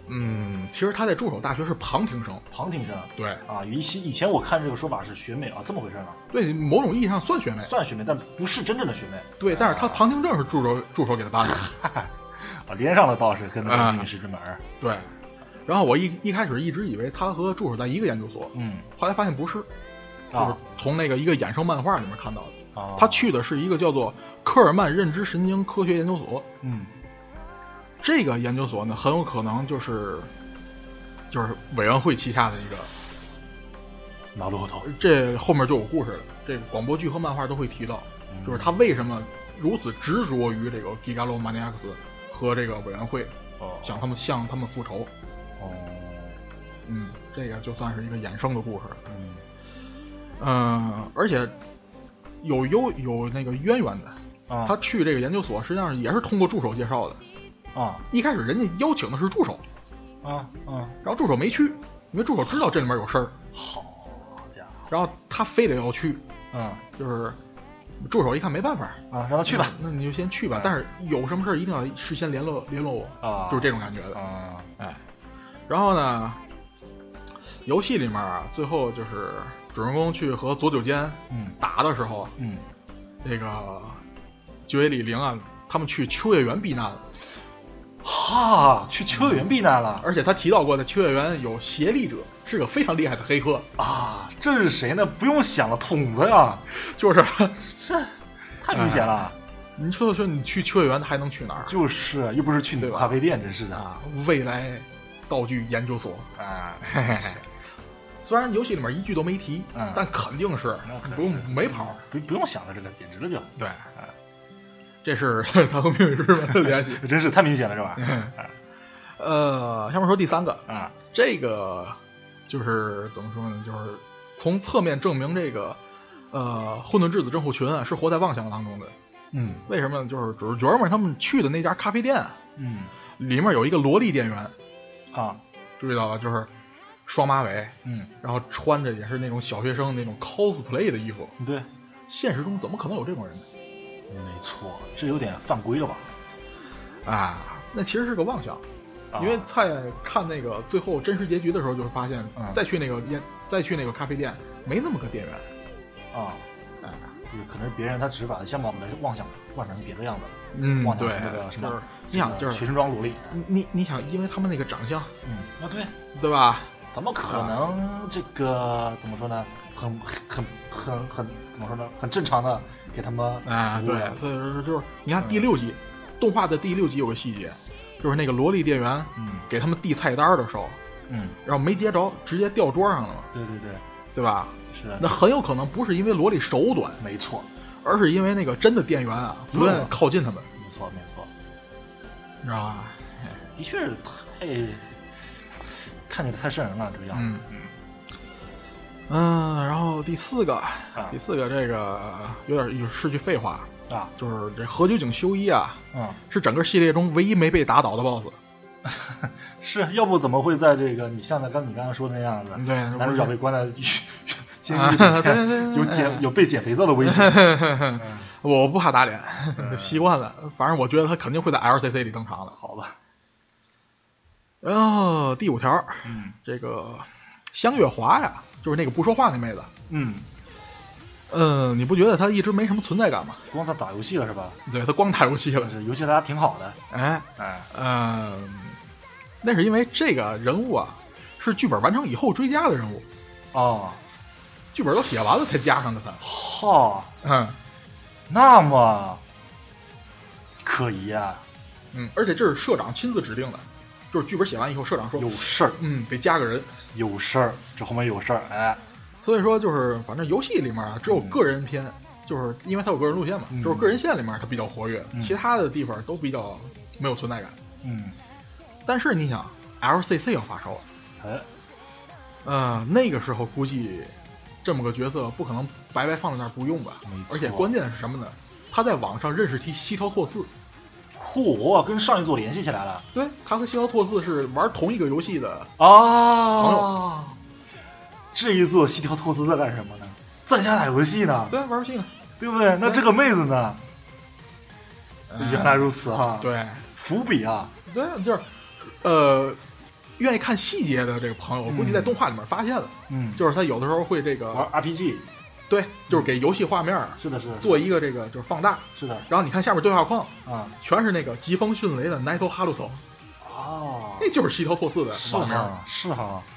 S2: 嗯，其实他在驻守大学是旁听生，
S1: 旁听生
S2: 对
S1: 啊，以前以前我看这个说法是学妹啊，这么回事啊，
S2: 对，某种意义上算学妹，
S1: 算学妹，但不是真正的学妹
S2: 对，但是他旁听证是驻守驻守给他办的，
S1: 啊，连上了倒是跟那
S2: 啊
S1: 个女士之门儿，
S2: 对。然后我一一开始一直以为他和助手在一个研究所，
S1: 嗯
S2: 后来发现不是，就是
S1: 啊
S2: 从那个一个衍生漫画里面看到的，
S1: 啊，
S2: 他去的是一个叫做科尔曼认知神经科学研究所。
S1: 嗯
S2: 这个研究所呢，很有可能就是就是委员会旗下的一个，
S1: 拿路后头，
S2: 这后面就有故事了。这个广播剧和漫画都会提到，
S1: 嗯
S2: 就是他为什么如此执着于这个 Gigalomaniacs 和这个委员会，
S1: 哦
S2: 想他们向他们复仇。
S1: 哦
S2: 嗯，这个就算是一个衍生的故事了。
S1: 嗯
S2: 嗯，而且有有有那个渊源的，
S1: 啊
S2: 他去这个研究所实际上也是通过助手介绍的。
S1: 啊
S2: 一开始人家邀请的是助手，
S1: 啊啊，
S2: 然后助手没去，因为助手知道这里面有事儿，
S1: 好家伙，
S2: 然后他非得要去，
S1: 嗯
S2: 就是助手一看没办法，
S1: 啊，让他去吧
S2: 那你就先去吧
S1: 嗯。
S2: 但是有什么事儿一定要事先联络联络我，
S1: 啊，
S2: 嗯就是这种感觉的。
S1: 啊
S2: 哎，然后呢，游戏里面啊，最后就是主人公去和佐久间
S1: 嗯
S2: 打的时候，
S1: 嗯，
S2: 那个九尾李玲啊，他们去秋叶原避难了，
S1: 哈，去秋叶原避难了
S2: 而且他提到过，在秋叶原有协力者，是个非常厉害的黑客，
S1: 啊，这是谁呢？不用想了，筒子呀，
S2: 就是
S1: 这太明显了，
S2: 你说说你去秋叶原，他还能去哪儿？
S1: 就是又不是去你
S2: 对吧
S1: 咖啡店，真是的，
S2: 啊，未来道具研究所。
S1: 啊，
S2: 虽然游戏里面一句都没提，
S1: 嗯
S2: 但肯定是嗯
S1: 那可
S2: 不用没跑。
S1: 不不用想了，这个简直了就，
S2: 对，这是 他和命运之门的联 系。嗯
S1: 真是太明显了，这玩意儿
S2: 呃，下面说第三个，
S1: 啊
S2: 这个就是怎么说呢？就是从侧面证明这个呃混沌质子症候群啊是活在妄想当中的。
S1: 嗯
S2: 为什么呢？就是主角们他们去的那家咖啡店啊
S1: 嗯
S2: 里面有一个萝莉店员，
S1: 啊
S2: 注意到吧？就是双马尾，
S1: 嗯，
S2: 然后穿着也是那种小学生那种 cosplay 的衣服。
S1: 对，
S2: 现实中怎么可能有这种人呢？
S1: 没错，这有点犯规了吧？
S2: 啊，那其实是个妄想，
S1: 啊
S2: 因为在看那个最后真实结局的时候，就会发现
S1: 嗯，
S2: 再去那个店，再去那个咖啡店，没那么个店员。
S1: 啊，
S2: 哎，
S1: 就是可能是别人他只是把相貌给它妄想妄想成别的样子了，
S2: 嗯
S1: 妄想
S2: 对
S1: 成那个，什
S2: 就是
S1: 么，
S2: 你想就
S1: 学
S2: 是
S1: 生装萝莉，
S2: 你你你想，因为他们那个长相，
S1: 嗯啊对，
S2: 对吧？
S1: 怎么可能这个怎么说呢？很很很很怎么说呢？很正常的给他们
S2: 啊，
S1: 服务
S2: 对，所以说就是你看
S1: 嗯
S2: 第六集，动画的第六集有个细节，就是那个萝莉店员
S1: 嗯
S2: 给他们递菜单的时候，
S1: 嗯，
S2: 然后没接着，直接掉桌上了嘛，
S1: 对对对，
S2: 对吧？
S1: 是的
S2: 那很有可能不是因为萝莉手短，
S1: 没错
S2: 而是因为那个真的店员啊不
S1: 嗯
S2: 愿意靠近他们，
S1: 没错没错，
S2: 你知道吧？
S1: 的确是太看起来太瘆人了这个样子，嗯
S2: 嗯，然后第四个，第四个这个有点有是句废话，
S1: 啊
S2: 就是这和久井修一啊，
S1: 嗯
S2: 是整个系列中唯一没被打倒的 BOSS。
S1: 是要不怎么会在这个你像刚你刚刚说的那样子，
S2: 对，
S1: 男主角被关在 监狱
S2: 嗯啊
S1: 里
S2: 对对对
S1: 面，
S2: 对
S1: 有
S2: 哎
S1: 捡有被捡肥皂的危 险。嗯
S2: 我不怕打脸，
S1: 嗯
S2: 习惯了。反正我觉得他肯定会在 LCC 里登场的。
S1: 好吧，
S2: 然后第五条，
S1: 嗯
S2: 这个香月华呀，就是那个不说话那妹子，
S1: 嗯，
S2: 嗯，你不觉得她一直没什么存在感吗？
S1: 光他打游戏了是吧？
S2: 对，她光打游戏了
S1: 就。是游戏他挺好的，
S2: 哎，
S1: 哎，
S2: 嗯，那是因为这个人物啊，是剧本完成以后追加的人物，
S1: 哦，
S2: 剧本都写完了才加上的他。
S1: 好，
S2: 嗯
S1: 那么可疑啊，
S2: 嗯，而且这是社长亲自指定的，就是剧本写完以后，社长说
S1: 有，事儿，
S2: 嗯，得加个人。
S1: 有事儿，这后面有事儿，哎，
S2: 所以说就是，反正游戏里面啊，只有个人篇，就是因为它有个人路线嘛，
S1: 嗯
S2: 就是个人线里面它比较活跃，
S1: 嗯
S2: 其他的地方都比较没有存在感。
S1: 嗯，
S2: 但是你想，LCC 啊要发售了，
S1: 哎，
S2: 呃，那个时候估计这么个角色不可能白白放在那儿不用吧
S1: 没？错
S2: 而且关键是什么呢？他在网上认识西西条拓四，
S1: 嚯，跟上一座联系起来了
S2: 对他和西条拓四是玩同一个游戏的，
S1: 啊！这一座西条托斯在干什么呢？在家打游戏呢，
S2: 对，玩游戏呢。
S1: 对不对？那这个妹子呢？原来如嗯
S2: 此，
S1: 此哈、啊，，
S2: 对
S1: 伏笔啊，
S2: 对，就是呃，愿意看细节的这个朋友，我估计在
S1: 嗯
S2: 动画里面发现了，
S1: 嗯，
S2: 就是他有的时候会这
S1: 玩
S2: 个，
S1: RPG，
S2: 对，就是给游戏画面儿
S1: 是的，是的，
S2: 做一个这个就是放大，
S1: 是的
S2: 然后你看下面对话框
S1: 啊，
S2: 全是那个疾风迅雷的 Naito Haruto，
S1: 哦，
S2: 那就是西头拓次的
S1: 是啊
S2: 画面儿。
S1: 哈，是哈，嗯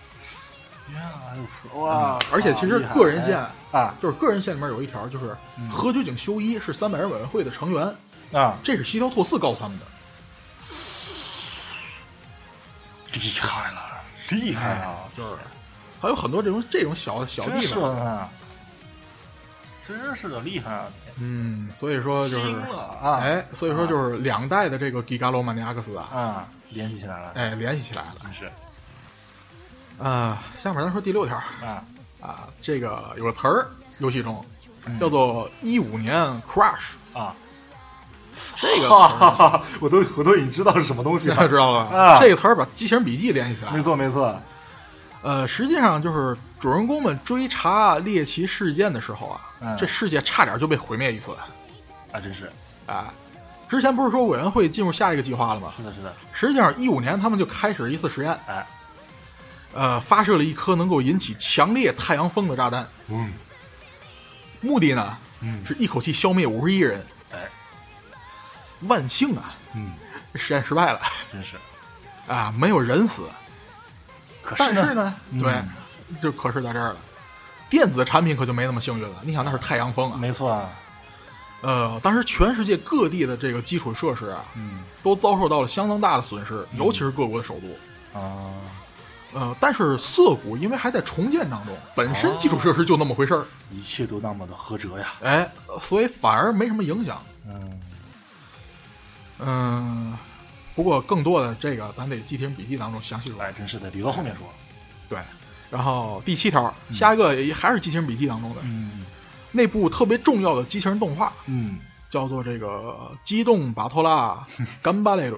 S1: 原来如此，哇！
S2: 啊而且其实
S1: 厉害
S2: 个人线
S1: 啊
S2: 就是个人线里面有一条，就是
S1: 嗯
S2: 和久井修一是三百人委员会的成员，
S1: 啊，
S2: 这是西条拓四告诉他们的。
S1: 厉害了，厉害啊了，
S2: 就是哎还有很多这种这种小小
S1: 哎真
S2: 地
S1: 是啊
S2: 方。
S1: 的呢，真是的，厉害啊！
S2: 嗯，所以说就是
S1: 惊了啊！
S2: 哎，所以说就是两代的这个 Gigalomaniacs 啊，
S1: 啊，联系起来了，
S2: 哎，联系起来了。
S1: 真是
S2: 啊，下面咱说第六条
S1: 啊，
S2: 啊，这个有个词儿，游戏中
S1: 嗯
S2: 叫做一五年 Crash，
S1: 啊，
S2: 这个词
S1: 哈哈
S2: 儿
S1: 哈，我都我都已经知道是什么东西
S2: 现在
S1: 了。
S2: 知道了吧？
S1: 啊
S2: 这个词儿把《机器人笔记》联系起来
S1: 没
S2: 了。
S1: 错没错，
S2: 呃，实际上就是主人公们追查猎奇事件的时候啊，
S1: 嗯
S2: 这世界差点就被毁灭一次
S1: 啊，真是，
S2: 啊。之前不是说委员会进入下一个计划了吗？
S1: 是的是的，
S2: 实际上，一五年他们就开始一次实验，
S1: 哎，
S2: 呃，发射了一颗能够引起强烈太阳风的炸弹，
S1: 嗯
S2: 目的呢
S1: 嗯
S2: 是一口气消灭五十一人。
S1: 哎，
S2: 万幸啊，
S1: 嗯，
S2: 实验失败了
S1: 真是。
S2: 啊，没有人死，
S1: 可
S2: 但是
S1: 呢，
S2: 呢，
S1: 嗯
S2: 对，就可是在这儿了。电子产品可就没那么幸运了，你想那是太阳风啊，
S1: 没错啊，
S2: 呃，当时全世界各地的这个基础设施啊，
S1: 嗯
S2: 都遭受到了相当大的损失，
S1: 嗯
S2: 尤其是各国的首都。
S1: 啊，
S2: 呃，但是涩谷因为还在重建当中，本身基础设施就那么回事儿，
S1: 一切都那么的合辙呀，
S2: 哎，所以反而没什么影响。
S1: 嗯，
S2: 嗯，不过更多的这个咱得《机体人笔记》当中详细说。
S1: 哎，真是的，留到后面说，
S2: 对，然后第七条，
S1: 嗯
S2: 下一个也还是《机器人笔记》当中的、
S1: 嗯
S2: 那部特别重要的机器人动画，
S1: 嗯，
S2: 叫做这个《机动巴 托拉干巴雷鲁》，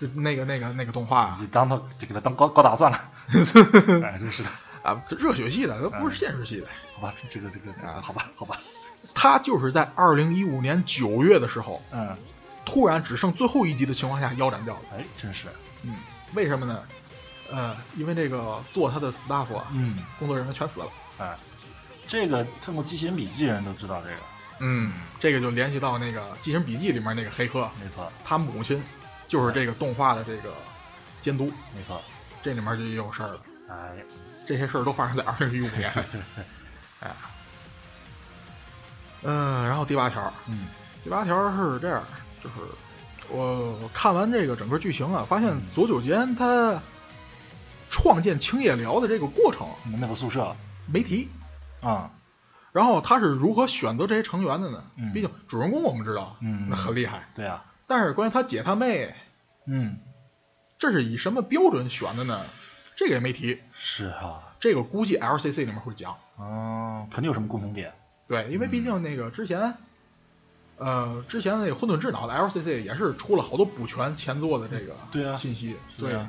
S2: 就那个那个那个动画啊
S1: 你当他就给他当高高达算了， 哎，真是的，
S2: 啊，热血系的，它不是现实系的。
S1: 好吧，这个这个，
S2: 啊
S1: 好吧好吧，
S2: 它就是在二零一五年九月的时候，
S1: 嗯，
S2: 突然只剩最后一集的情况下腰斩掉了。
S1: 哎，真是，
S2: 嗯，为什么呢？呃，因为这个做它的 staff 啊，
S1: 嗯，
S2: 工作人员全死了。
S1: 哎，这个看过《机器人笔记》的人都知道这个，
S2: 嗯，这个就联系到那个《机器人笔记》里面那个黑客，
S1: 没错
S2: 他母亲就是这个动画的这个监督，
S1: 没错，
S2: 这里面就也有事儿了。
S1: 哎，
S2: 这些事儿都发生在二零一五年。哎，嗯，然后第八条，
S1: 嗯
S2: 第八条是这样，就是我看完这个整个剧情啊，发现
S1: 嗯
S2: 佐久间他创建青叶寮的这个过程
S1: 你们那个宿舍
S2: 没提。
S1: 啊，
S2: 然后他是如何选择这些成员的呢？
S1: 嗯
S2: 毕竟主人公我们知道，
S1: 嗯
S2: 那很厉害。
S1: 对啊，
S2: 但是关于他姐他妹，
S1: 嗯，
S2: 这是以什么标准选的呢？这个也没提，
S1: 是啊，
S2: 这个估计 LCC 里面会讲。
S1: 嗯，肯定有什么共同点，
S2: 对，因
S1: 嗯
S2: 为毕竟那个之前，呃，之前那个混沌智脑的 LCC 也是出了好多补全前作的这
S1: 对
S2: 个
S1: 啊
S2: 信息，
S1: 是
S2: 所以
S1: 啊，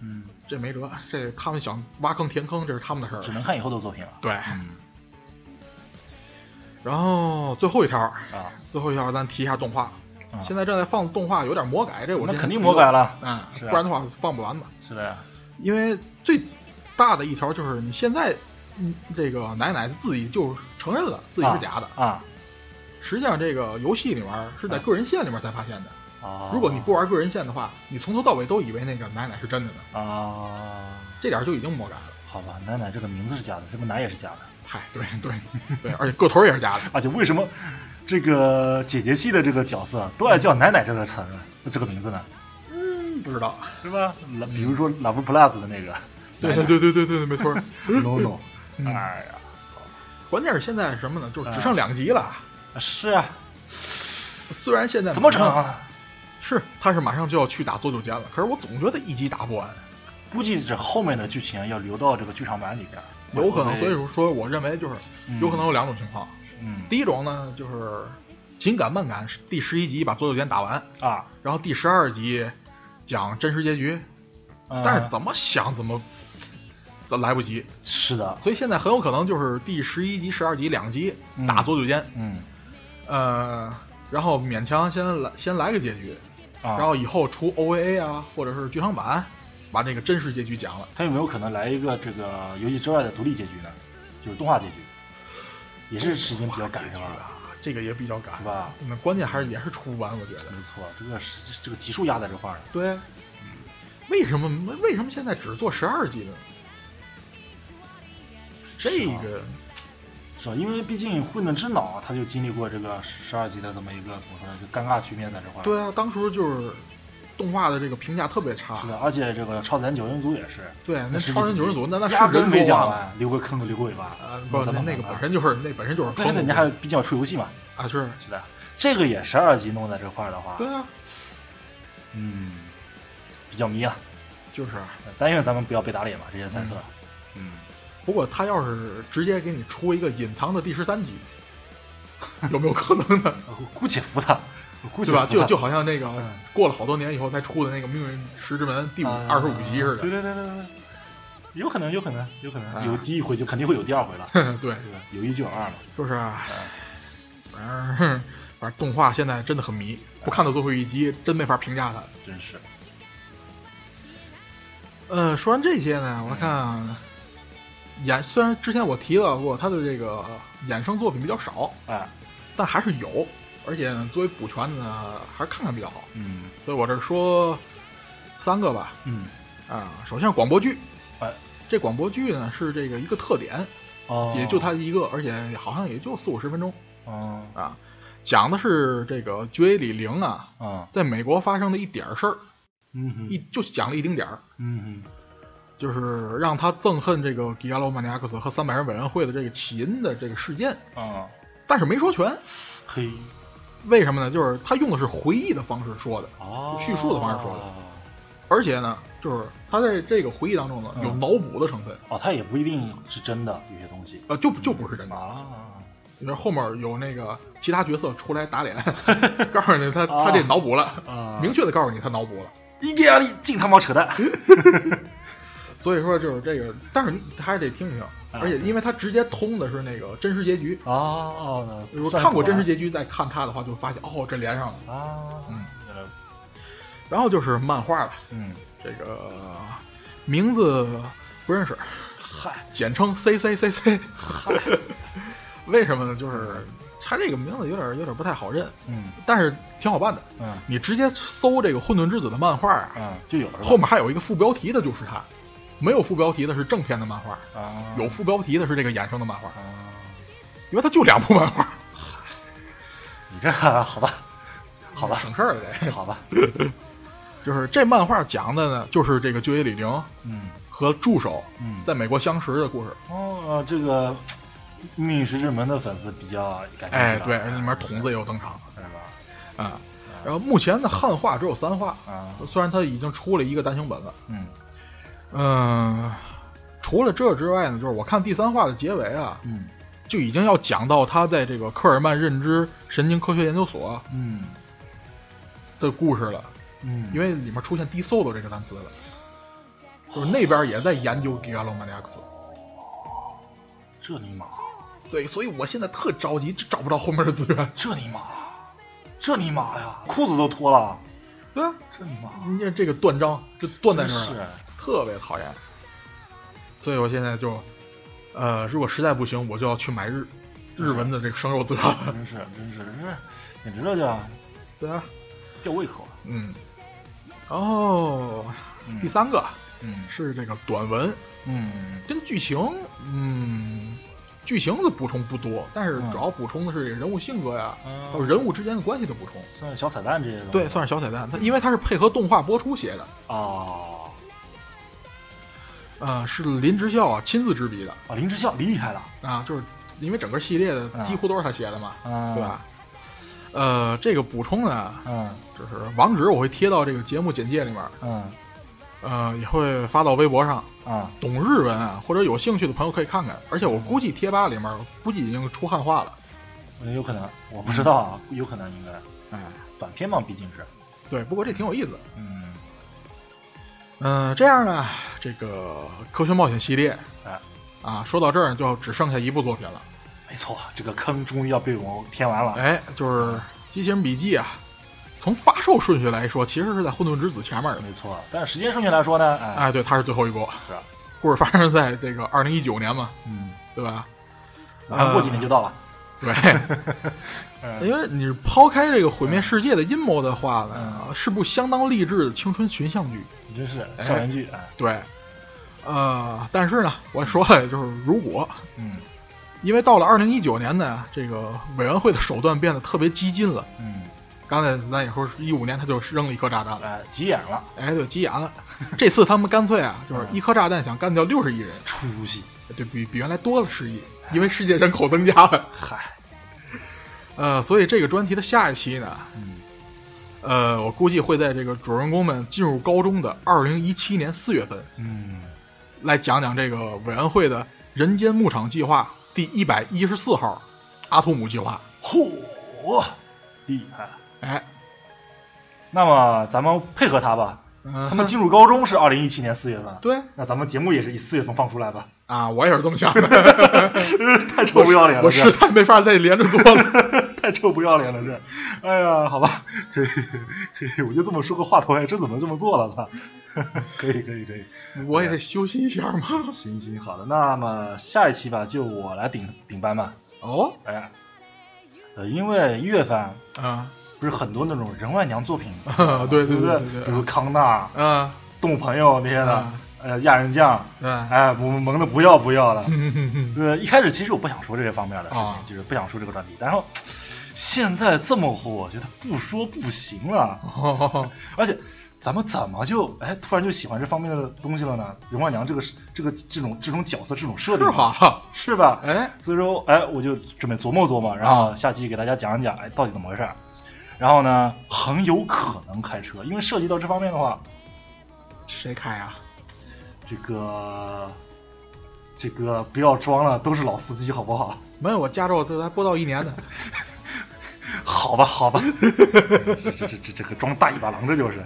S1: 嗯，
S2: 这没辙，这他们想挖坑填坑，这是他们的事
S1: 只
S2: 儿。
S1: 能看以后的作品了，
S2: 对，
S1: 嗯
S2: 然后最后一条，
S1: 啊，
S2: 最后一条咱提一下动画，
S1: 啊
S2: 现在正在放的动画有点魔改，这我
S1: 那
S2: 之前
S1: 肯定
S2: 提
S1: 魔
S2: 过
S1: 改，了，
S2: 嗯，
S1: 是啊
S2: 不然的话放不完的。
S1: 是的呀，
S2: 因为最大的一条就是你现在，嗯，这个奶奶自己就承认了自己是假的。
S1: 啊
S2: 实际上，这个游戏里面是在个人线里面才发现的。
S1: 啊，
S2: 如果你不玩个人线的话，你从头到尾都以为那个奶奶是真的呢，
S1: 啊，
S2: 这点就已经魔改了。
S1: 好吧，奶奶这个名字是假的，这个奶也是假的，
S2: 嗨，对对对，而且个头也是假的。
S1: 而且为什么这个姐姐系的这个角色啊都爱叫奶奶这个词儿呢？这个名字呢？
S2: 嗯，不知道。
S1: 是吧？拉比如说 Love Plus 的那个
S2: 嗯对对对对对对，没错。
S1: No No，
S2: 嗯
S1: 哎呀，
S2: 关键是现在是什么呢？
S1: 嗯
S2: 就是只剩两集了。
S1: 是啊，
S2: 虽然现在
S1: 怎么整？
S2: 嗯
S1: 啊？
S2: 是，他是马上就要去打佐久间了，可是我总觉得一集打不完。
S1: 估计这后面的剧情要留到这个剧场版里边儿，
S2: 有可能，
S1: 会
S2: 所以说我认为就是
S1: 嗯
S2: 有可能有两种情况。
S1: 嗯
S2: 第一种呢，就是紧赶慢赶，第十一集把左九间打完，
S1: 啊，
S2: 然后第十二集讲真实结局，
S1: 嗯
S2: 但是怎么想怎么怎么来不及，
S1: 是的，
S2: 所以现在很有可能就是第十一集、十二集两集
S1: 嗯
S2: 打左九间，
S1: 嗯
S2: 呃，然后勉强先来先来个结局，
S1: 啊，
S2: 然后以后出 OVA 啊，或者是剧场版，把那个真实结局讲了。
S1: 他有没有可能来一个这个游戏之外的独立结局呢？就是动画结局，也是时间比较赶，是嗯吧？
S2: 啊，这个也比较赶
S1: 是？吧？
S2: 那关键还是也是出版，我觉得。
S1: 没错，这个是这个集数压在这块儿了。
S2: 对，啊为什么为什么现在只做十二季呢？这个
S1: 啊是吧？因为毕竟混沌之脑他就经历过这个十二集的这么一个怎么说呢，一个尴尬局面在这块儿。
S2: 对啊，当初就是动画的这个评价特别差
S1: 是。的，而且这个超自然九人组也是，
S2: 对，那
S1: 十几
S2: 超人九人
S1: 集
S2: 组那那是
S1: 压根
S2: 人
S1: 没
S2: 说
S1: 讲
S2: 话吗？
S1: 完，留个坑留个尾巴。嗯
S2: 啊，不，
S1: 咱
S2: 那
S1: 们
S2: 那
S1: 很
S2: 个
S1: 难
S2: 本身就是那本身就是
S1: 对的，
S2: 坑
S1: 人家还毕竟要出游戏嘛，
S2: 啊是，
S1: 是的。这个也十二集弄在这块儿的话，
S2: 对啊，
S1: 嗯，比较迷啊。
S2: 就是。
S1: 呃但愿咱们不要被打脸吧，这些猜测。嗯，
S2: 不过他要是直接给你出一个隐藏的第十三集， 有没有可能呢？
S1: 我嗯呃姑且服他，我姑且
S2: 对吧？
S1: 服
S2: 就
S1: 他
S2: 就好像那个
S1: 啊嗯
S2: 过了好多年以后才出的那个《命运石之门》第五
S1: 啊
S2: 二十五集似
S1: 对
S2: 的。
S1: 对对对对，有可能，有可能，有可
S2: 啊
S1: 能，有第一回就肯定会有第二回了，
S2: 对，
S1: 对吧？有一就有二嘛。
S2: 就是啊
S1: 嗯，
S2: 反正反正动画现在真的很迷，不看到最后一集真没法评价它。
S1: 真是，
S2: 呃，说完这些呢，我看啊
S1: 嗯
S2: 衍虽然之前我提到过它的这个衍生作品比较少，
S1: 哎，
S2: 但还是有，而且呢作为补全的呢，还是看看比较好。
S1: 嗯
S2: 所以我这说三个吧，
S1: 嗯，
S2: 啊，首先是广播剧，
S1: 哎，
S2: 这广播剧呢是这个一个特点，
S1: 哦，
S2: 嗯也就它一个，而且好像也就四五十分钟
S1: 哦，
S2: 啊，讲的是这个爵爷李陵啊，
S1: 嗯
S2: 在美国发生的一点儿事儿，
S1: 嗯哼
S2: 一就讲了一丁点儿，
S1: 嗯
S2: 就是让他憎恨这个迪亚罗马尼亚克斯和三百人委员会的这个起因的这个事件，
S1: 哼啊，
S2: 但是没说全，
S1: 嘿，
S2: 为什么呢？就是他用的是回忆的方式说的，
S1: 哦，
S2: 叙述的方式说的而且呢，就是他在这个回忆当中呢
S1: 嗯
S2: 有脑补的成分，
S1: 哦，它也不一定是真的，有些东西
S2: 呃，就就不是真的。
S1: 啊，
S2: 因为后面有那个其他角色出来打脸， 告诉你他他这脑补了，
S1: 啊
S2: 明确的嗯告诉你他脑补了。
S1: 伊利亚利净他妈扯淡，
S2: 所以说就是这个，但是你还是得听一听，而且因为他直接通的是那个真实结局，
S1: 哦哦，
S2: 如果看过真实结局再看他的话，就发现哦这连上了。
S1: 啊，
S2: 嗯
S1: 原来，
S2: 然后就是漫画了，
S1: 嗯，
S2: 这个名字不认识，
S1: 嗨
S2: 简称 C C C C。为什么呢？就是他这个名字有点有点不太好认，
S1: 嗯
S2: 但是挺好办的。
S1: 嗯
S2: 你直接搜这个《混沌之子》的漫画啊，
S1: 嗯，就有是吧
S2: 后面还有一个副标题的，就是它；没有副标题的是正片的漫画，
S1: 啊
S2: 有副标题的是这个衍生的漫画，
S1: 啊，
S2: 因为它就两部漫画，
S1: 你这好吧，好吧，
S2: 省事儿了这。
S1: 好吧，
S2: 就是这漫画讲的呢，就是这个就业李玲
S1: 嗯
S2: 和助手
S1: 嗯，
S2: 在美国相识的故事。
S1: 哦，这个命运石之门的粉丝比较感兴趣
S2: 哎，
S1: 了
S2: 对，里面童子也有登场
S1: 是吧？
S2: 啊。然后目前的汉化只有三话，
S1: 啊，
S2: 虽然它已经出了一个单行本了。
S1: 嗯
S2: 嗯、除了这之外呢，就是我看第三话的结尾啊，
S1: 嗯
S2: 就已经要讲到他在这个科尔曼认知神经科学研究所
S1: 嗯
S2: 的故事了，
S1: 嗯，
S2: 因为里面出现 d s o 这个单词了，就是那边也在研究 g a l o m a n i a x
S1: 这尼玛，
S2: 对，所以我现在特着急，找不到后面的资源。
S1: 这尼玛，这尼玛呀，裤子都脱了，
S2: 对啊，
S1: 这尼玛，
S2: 你这个断章，这断在
S1: 真
S2: 这
S1: 是
S2: 儿了，特别讨厌。所以我现在就，呃，如果实在不行，我就要去买日日文的这个生肉资源。
S1: 真是真是真是，简直这叫
S2: 对啊，
S1: 吊胃口啊！
S2: 嗯。然后
S1: 嗯
S2: 第三个
S1: 嗯
S2: 是这个短文，
S1: 嗯
S2: 跟剧情，嗯，剧情的补充不多，但是主要补充的是人物性格呀，还有
S1: 嗯，
S2: 人物之间的关系的补充。
S1: 算是小彩蛋这些东西，
S2: 对，算是小彩蛋。它因为它是配合动画播出写的，
S1: 哦
S2: 呃，是林之孝啊亲自执笔的
S1: 啊，林之孝厉害了，
S2: 啊，就是因为整个系列的
S1: 嗯
S2: 几乎都是他写的嘛，
S1: 嗯，
S2: 啊对？吧？呃，这个补充呢，
S1: 嗯
S2: 就是网址我会贴到这个节目简介里面，
S1: 嗯
S2: 呃，也会发到微博上。
S1: 啊
S2: 懂日文啊，或者有兴趣的朋友可以看看。而且我估计贴吧里面估计已经出汉化了。
S1: 有可能，我不知道啊，有可能应该
S2: 哎，
S1: 短片嘛，毕竟是，
S2: 对，不过这挺有意思的。
S1: 嗯
S2: 嗯、这样呢，这个科学冒险系列，
S1: 哎
S2: 啊，说到这儿就只剩下一部作品了。
S1: 啊
S2: 哎
S1: 没错，这个坑终于要被我们填完了。
S2: 哎，就是《机器人笔记》啊，从发售顺序来说，其实是在混沌之子前面的。
S1: 没错。啊但是时间顺序来说呢，哎，
S2: 哎，对，它是最后一波。
S1: 是啊
S2: 故事发生在这个二零一九年嘛，
S1: 嗯，
S2: 对吧？
S1: 然后过几年就到了。
S2: 对，
S1: 嗯
S2: 因为你抛开这个毁灭世界的阴谋的话呢，
S1: 嗯
S2: 是部相当励志的青春群像剧。
S1: 你真是
S2: 哎
S1: 校园剧啊，
S2: 对，呃，但是呢，我说了，就是如果，
S1: 嗯
S2: 因为到了二零一九年呢，这个委员会的手段变得特别激进了。
S1: 嗯，
S2: 刚才咱也说，一五年他就扔了一颗炸弹了，
S1: 哎，急眼了，
S2: 哎，对，急眼了。这次他们干脆啊，就是
S1: 嗯
S2: 一颗炸弹想干掉六十亿人，
S1: 出息，
S2: 对比比原来多了十亿，因为世界人口增加了。
S1: 嗨，
S2: 呃，所以这个专题的下一期呢，
S1: 嗯，
S2: 呃，我估计会在这个主人公们进入高中的二零一七年四月份，
S1: 嗯，
S2: 来讲讲这个委员会的人间牧场计划第一百一十四号阿图姆计划。
S1: 嚯，厉害。啊
S2: 哎，
S1: 那么咱们配合他吧，
S2: 嗯，
S1: 他们进入高中是二零一七年四月份，
S2: 对
S1: 那咱们节目也是以四月份放出 来吧，
S2: 啊，我也是这么 想的，
S1: 太臭不要脸了，
S2: 我
S1: 这
S2: 实在没法再连着做了。
S1: 太臭不要脸了，这，哎呀，好吧， 可以，可以，我就这么说个话头，哎，这怎么这么做了？操， 可以，可以，可以，
S2: 我也得休息一下嘛。
S1: 行行，好的，那么下一期吧，就我来顶顶班吧，
S2: 哦，
S1: 哎呀，呃，因为一月份
S2: 啊，
S1: 不是很多那种人外娘作品，
S2: 啊
S1: 对
S2: 对对
S1: 不
S2: 对对
S1: 比
S2: 对
S1: 如康纳、
S2: 啊，
S1: 动物朋友那些的
S2: 啊，
S1: 呃，亚人酱，
S2: 啊，
S1: 哎，萌萌的不要不要的，
S2: 嗯嗯嗯
S1: 呃，一开始其实我不想说这些方面的事情，
S2: 啊
S1: 就是不想说这个专题。然后现在这么火，我觉得不说不行了。
S2: 哦，
S1: 而且咱们怎么就哎突然就喜欢这方面的东西了呢？荣万娘这个是这个这种这种角色这种设定
S2: 是哈，
S1: 是吧？
S2: 哎，
S1: 所以说哎，我就准备琢磨琢磨，然后下期给大家讲一讲哎
S2: 啊
S1: 到底怎么回事儿。然后呢，很有可能开车，因为涉及到这方面的话，
S2: 谁开啊？
S1: 这个这个不要装了，都是老司机好不好？
S2: 没有，我驾照这才播到一年呢。
S1: 好吧，好吧， 这这这这这个装大尾巴狼，这就是。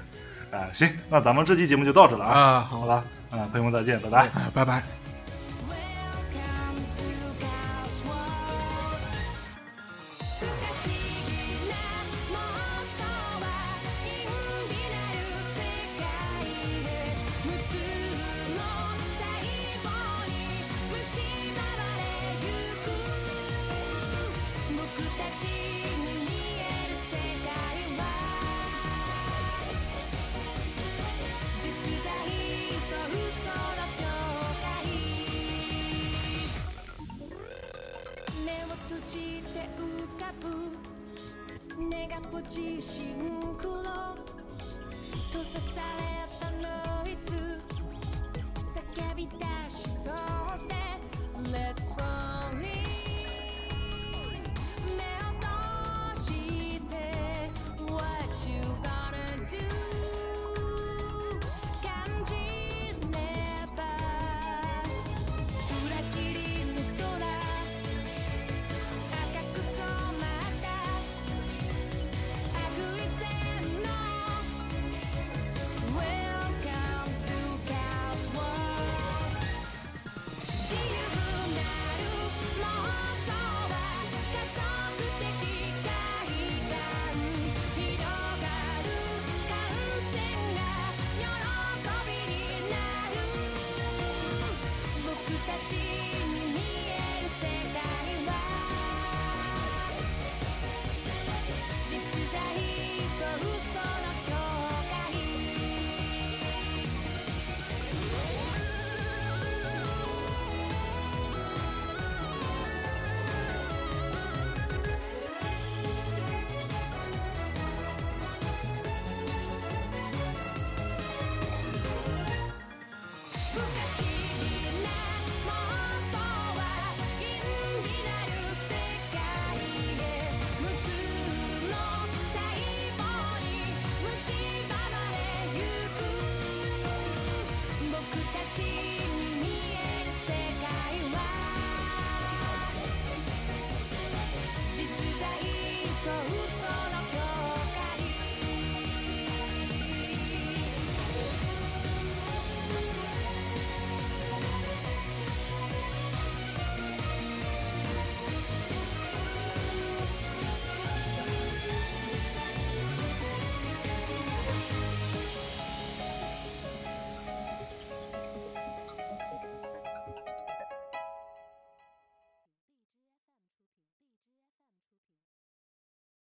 S1: 啊、行，那咱们这期节目就到这了啊。
S2: 啊，
S1: 好
S2: 好了，
S1: 了，啊、朋友们再见，拜拜。
S2: 哎，拜拜。
S3: Welcome to Chaos World 不可思議な妄想は陰微なる世界で無数の細胞に蝕まれゆく僕たちに見える世界は実在と嘘の境界目を閉じて浮かぶ根がポジシンクロ閉ざされたノイズ叫び出しそう